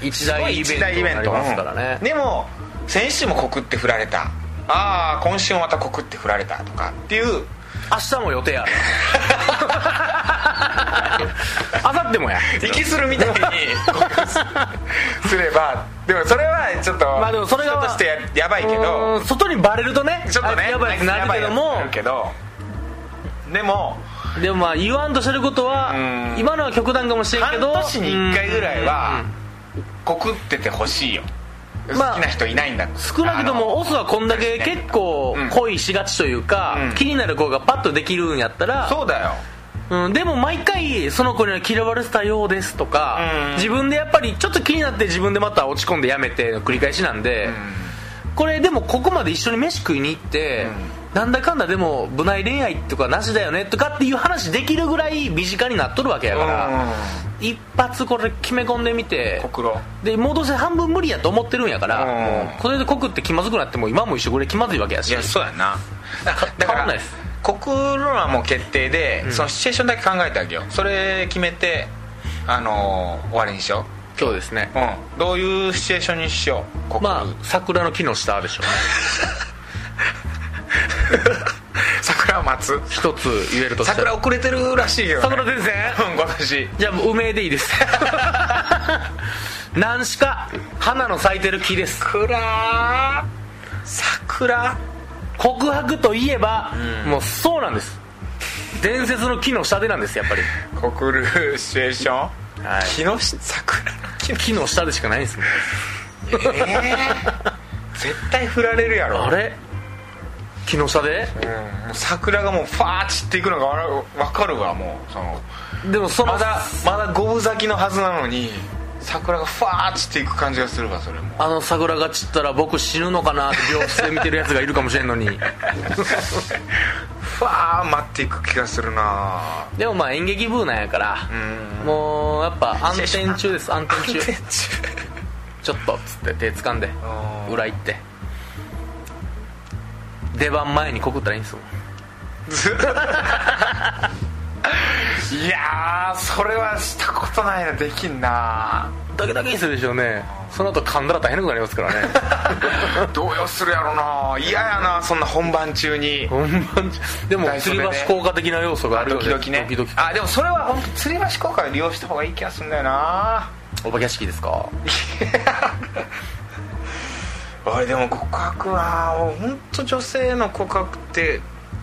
[SPEAKER 2] 一
[SPEAKER 1] すご
[SPEAKER 2] 大
[SPEAKER 1] い
[SPEAKER 2] イベ
[SPEAKER 1] 一
[SPEAKER 2] ント
[SPEAKER 1] 大イ
[SPEAKER 2] に
[SPEAKER 1] ベ
[SPEAKER 2] な
[SPEAKER 1] ン
[SPEAKER 2] り
[SPEAKER 1] ト
[SPEAKER 2] ますから
[SPEAKER 1] う
[SPEAKER 2] ね
[SPEAKER 1] んでも先週も告って振られたああ今週もまた告って振られたとかっていう
[SPEAKER 2] 明日も予
[SPEAKER 1] (laughs)
[SPEAKER 2] 定あるあさってもや
[SPEAKER 1] 息するみたいに告すすればでもそれはちょっと
[SPEAKER 2] まあでもそれが
[SPEAKER 1] 人としてややばいけ
[SPEAKER 2] う
[SPEAKER 1] ど
[SPEAKER 2] ーん外にバレるとね
[SPEAKER 1] ちょっと
[SPEAKER 2] あ
[SPEAKER 1] ね
[SPEAKER 2] やばいってなる
[SPEAKER 1] や
[SPEAKER 2] けど
[SPEAKER 1] ばいやつに
[SPEAKER 2] も
[SPEAKER 1] なるけどでも
[SPEAKER 2] でもまあ言わんとしてることは
[SPEAKER 1] うん
[SPEAKER 2] 今のは極端かもしれんけ
[SPEAKER 1] 半
[SPEAKER 2] ど
[SPEAKER 1] 年に1回ぐらいは告っててほしいよ好き
[SPEAKER 2] まあ
[SPEAKER 1] な人いないんだ
[SPEAKER 2] 少なくともオスはこんだけ
[SPEAKER 1] 確かに
[SPEAKER 2] 結構
[SPEAKER 1] うん
[SPEAKER 2] 恋しがちというか、
[SPEAKER 1] うん
[SPEAKER 2] 気になる子がパッとできるんやったら
[SPEAKER 1] そうだよ
[SPEAKER 2] うん、でも毎回その子には嫌われてたようですとか、
[SPEAKER 1] うん
[SPEAKER 2] 自分でやっぱりちょっと気になって自分でまた落ち込んでやめての繰り返しなんで、これでもここまで一緒に飯食いに行って、なんだかんだでも部内恋愛とかなしだよねとかっていう話できるぐらい身近になっとるわけやから、一発これ決め込んでみて
[SPEAKER 1] 告ろう
[SPEAKER 2] でもうどうせ半分無理やと思ってるんやから、
[SPEAKER 1] うん
[SPEAKER 2] もうこれで告って気まずくなっても今も一緒ぐらい気まずいわけや
[SPEAKER 1] い
[SPEAKER 2] し
[SPEAKER 1] やそうやなだだか
[SPEAKER 2] 変わんな
[SPEAKER 1] ら
[SPEAKER 2] いっす
[SPEAKER 1] 告るのはもう決定で、そのシチュエーションだけ考えてあげようそれ決めてあのー終わりにしよ
[SPEAKER 2] 今日ですね
[SPEAKER 1] ううんどういうシチュエーションにしよう告る、
[SPEAKER 2] まあ桜の木の下でしょうね
[SPEAKER 1] 桜を待つ
[SPEAKER 2] 一つ言えるとしたら
[SPEAKER 1] 桜遅れてるらしいよ、ね、
[SPEAKER 2] 桜前線
[SPEAKER 1] うん今年
[SPEAKER 2] じゃあもう梅でいいです (laughs) 何しか花の咲いてる木です
[SPEAKER 1] 桜桜
[SPEAKER 2] 告白といえば、もうそうなんです伝説の木の下でなんですやっぱり
[SPEAKER 1] 告るシチュエーション、
[SPEAKER 2] はい
[SPEAKER 1] 木の下桜の木
[SPEAKER 2] 木の下でしかないんですね
[SPEAKER 1] えー、絶対振られるやろ
[SPEAKER 2] あれ木の下で
[SPEAKER 1] うんもう桜がもうファーッ散っていくのがわらわかるわもうその
[SPEAKER 2] でもその
[SPEAKER 1] まだまだ五分咲きのはずなのに桜がファーッ散っていく感じがするわそれも
[SPEAKER 2] あの桜が散ったら僕死ぬのかなって病室で見てるやつがいるかもしれんのに
[SPEAKER 1] ファー待っていく気がするな
[SPEAKER 2] (laughs) でもまあ演劇部なんやからもうやっぱ暗転中です暗転中ちょっとっつって手掴んで
[SPEAKER 1] あー
[SPEAKER 2] 裏行って出番前に告ったらいいんですよ
[SPEAKER 1] いやーそれはしたことないなできんな
[SPEAKER 2] だけだけにするでしょうねその後噛んだら大変なことになりますからね (laughs)
[SPEAKER 1] 動揺するやろな嫌やなそんな本番中に
[SPEAKER 2] ほんまにでも
[SPEAKER 1] 大
[SPEAKER 2] 吊
[SPEAKER 1] 丈夫ね
[SPEAKER 2] り橋効果的な要素があるよ
[SPEAKER 1] 時々
[SPEAKER 2] うで
[SPEAKER 1] ね
[SPEAKER 2] ドキドキ
[SPEAKER 1] あでもそれは本当吊り橋効果を利用した方がいい気がするんだよな
[SPEAKER 2] お化け屋敷ですか
[SPEAKER 1] 俺でも告白は本当女性の告白って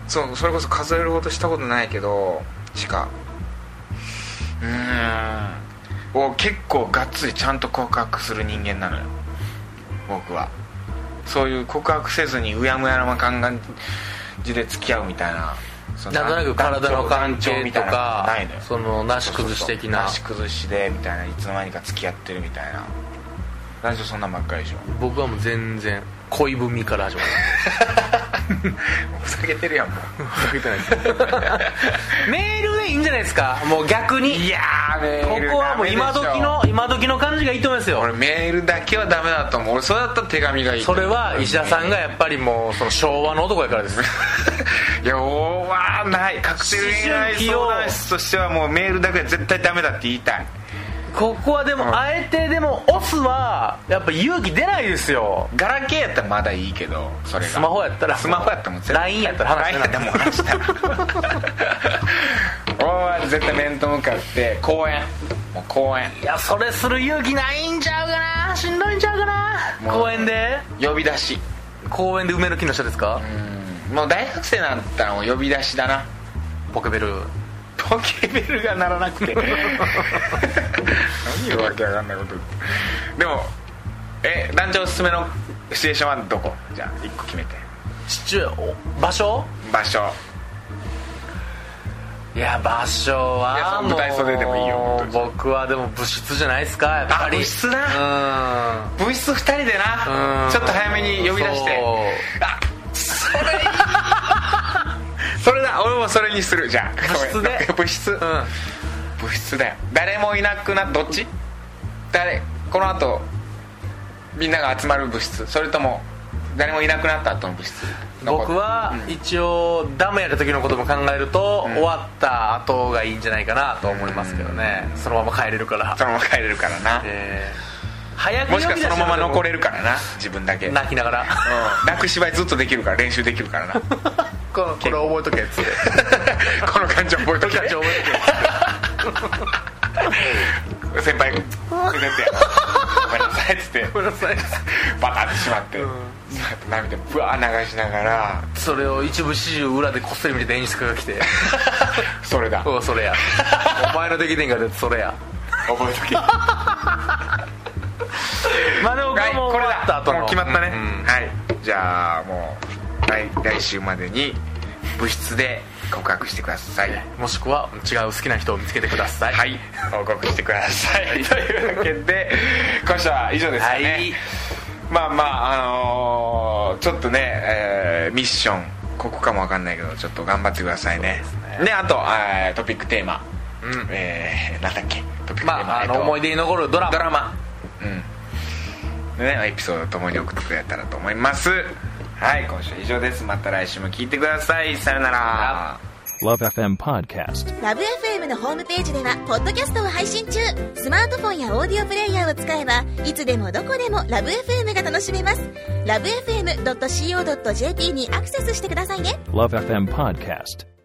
[SPEAKER 1] そうそれこそ数えるほどしたことないけどしかうーんお結構がっつりちゃんと告白する人間なのよ僕はそういう告白せずにうやむやな感じで付き合うみたいなその
[SPEAKER 2] なんとなく体の関
[SPEAKER 1] 団長
[SPEAKER 2] 係
[SPEAKER 1] み
[SPEAKER 2] と
[SPEAKER 1] たいなのが
[SPEAKER 2] か
[SPEAKER 1] ないのよ
[SPEAKER 2] そのなし崩し
[SPEAKER 1] そうそ
[SPEAKER 2] 的な
[SPEAKER 1] うそうなし崩しでみたいないつの間にか付き合ってるみたいな男女そんなんばっかりでしょ
[SPEAKER 2] 僕はもう全然恋文から始まる
[SPEAKER 1] ふざけてるやんも
[SPEAKER 2] (laughs) メールでいいんじゃないですかもう逆
[SPEAKER 1] うい
[SPEAKER 2] に
[SPEAKER 1] やーメ
[SPEAKER 2] こ
[SPEAKER 1] ール
[SPEAKER 2] こはもう今時の今時の感じがいいと思いますよ
[SPEAKER 1] 俺メールだけはダメだと思う俺それだったら手紙がいい
[SPEAKER 2] それは石田さんがやっぱりもうその昭和の男やからです
[SPEAKER 1] (laughs) いやおわない確定恋愛相談室としてはもうメールだけは絶対ダメだって言いたい
[SPEAKER 2] (laughs) ここはでも、
[SPEAKER 1] うん
[SPEAKER 2] あえてでもオスはやっぱ勇気出ないですよ
[SPEAKER 1] ガラケーやったらまだいいけどそれが
[SPEAKER 2] スマホやったら
[SPEAKER 1] スマホやったらもう絶対
[SPEAKER 2] LINE やったら話
[SPEAKER 1] LINE や
[SPEAKER 2] せ
[SPEAKER 1] った
[SPEAKER 2] ない
[SPEAKER 1] らもう話 (laughs) したいおい絶対面と向かって公園もう公園
[SPEAKER 2] いやそれする勇気ないんちゃうかなしんどいんちゃうかな
[SPEAKER 1] もう
[SPEAKER 2] 公園で
[SPEAKER 1] 呼び出し
[SPEAKER 2] 公園で梅の木の下ですか
[SPEAKER 1] もう大学生なんだったらもう呼び出しだな
[SPEAKER 2] ポケベル
[SPEAKER 1] ポケベルが鳴らなく (laughs) て何よわけわかんないことでもえ団長おすすめのシチュエーションはどこじゃあ1個決めて
[SPEAKER 2] シチュエお場所
[SPEAKER 1] 場所
[SPEAKER 2] いや場
[SPEAKER 1] い
[SPEAKER 2] 所
[SPEAKER 1] やそ
[SPEAKER 2] は
[SPEAKER 1] の
[SPEAKER 2] も
[SPEAKER 1] 舞
[SPEAKER 2] う
[SPEAKER 1] 台袖でもいいよ本当
[SPEAKER 2] 僕はでも部室じゃないですかやっぱり
[SPEAKER 1] あ部室
[SPEAKER 2] なうん
[SPEAKER 1] 部室2人で
[SPEAKER 2] う
[SPEAKER 1] なんちょっと早めに呼び出してあそ
[SPEAKER 2] そう
[SPEAKER 1] れい (laughs) それにするじゃあ
[SPEAKER 2] 部室で
[SPEAKER 1] (laughs) 部室、
[SPEAKER 2] うん
[SPEAKER 1] 部室だよ誰もいなくなどっち誰この後みんなが集まる部室それとも誰もいなくなった後の部室
[SPEAKER 2] 僕は
[SPEAKER 1] うん
[SPEAKER 2] 一応ダムやる時のことも考えると、終わった後がいいんじゃないかなと思いますけどね、そのまま帰れるから、
[SPEAKER 1] そのまま帰れるからな、
[SPEAKER 2] えー早く
[SPEAKER 1] もしかそのまま残れ
[SPEAKER 2] る
[SPEAKER 1] るからな自分だけ、うん、
[SPEAKER 2] 泣きながら
[SPEAKER 1] 泣く芝居ずっとできるから練習できるからな
[SPEAKER 2] (laughs) このこれ覚えとけっつって
[SPEAKER 1] (laughs) この感情覚えと
[SPEAKER 2] キ
[SPEAKER 1] き
[SPEAKER 2] ャッチ覚えとけ
[SPEAKER 1] 先輩こうやってやるごめんなさいっつ
[SPEAKER 2] (laughs)
[SPEAKER 1] って
[SPEAKER 2] ごめんなさい
[SPEAKER 1] バタってしまって、涙ぶわー流しながら
[SPEAKER 2] それを一部始終裏でこっそり見てた演出家が来て
[SPEAKER 1] それだ
[SPEAKER 2] (laughs) 「おうそれやお前のできねえんかでそれや
[SPEAKER 1] 覚えとき」
[SPEAKER 2] まあでも僕
[SPEAKER 1] は、
[SPEAKER 2] はいもう
[SPEAKER 1] これ
[SPEAKER 2] 終わった
[SPEAKER 1] だ
[SPEAKER 2] 後の
[SPEAKER 1] もう決まったね、
[SPEAKER 2] うんうん
[SPEAKER 1] はいじゃあもう来来週までに部室で告白してください
[SPEAKER 2] もしくは違う好きな人を見つけてください
[SPEAKER 1] はい報告してください、というわけで今週は以上ですかね、
[SPEAKER 2] はい
[SPEAKER 1] まあまああのーちょっとね、えーミッションここかもわかんないけどちょっと頑張ってくださいね
[SPEAKER 2] そうです
[SPEAKER 1] であとえートピックテーマ、
[SPEAKER 2] うん
[SPEAKER 1] えーなんだっけトピックテーマ
[SPEAKER 2] ま、ああ
[SPEAKER 1] えっ
[SPEAKER 2] の
[SPEAKER 1] と
[SPEAKER 2] 思い出に残るドラマ
[SPEAKER 1] ドラマうんねエピソードともに送ってくれたらと思いますはい今週は以上ですまた来週も聞いてくださいさよなら
[SPEAKER 3] Love FM Podcast.
[SPEAKER 4] ラブ f m のホームページではポッドキャストを配信中スマートフォンやオーディオプレイヤーを使えばいつでもどこでもラブ f m が楽しめますラブ FM.co.jp にアクセスしてくださいね
[SPEAKER 3] Love FM Podcast.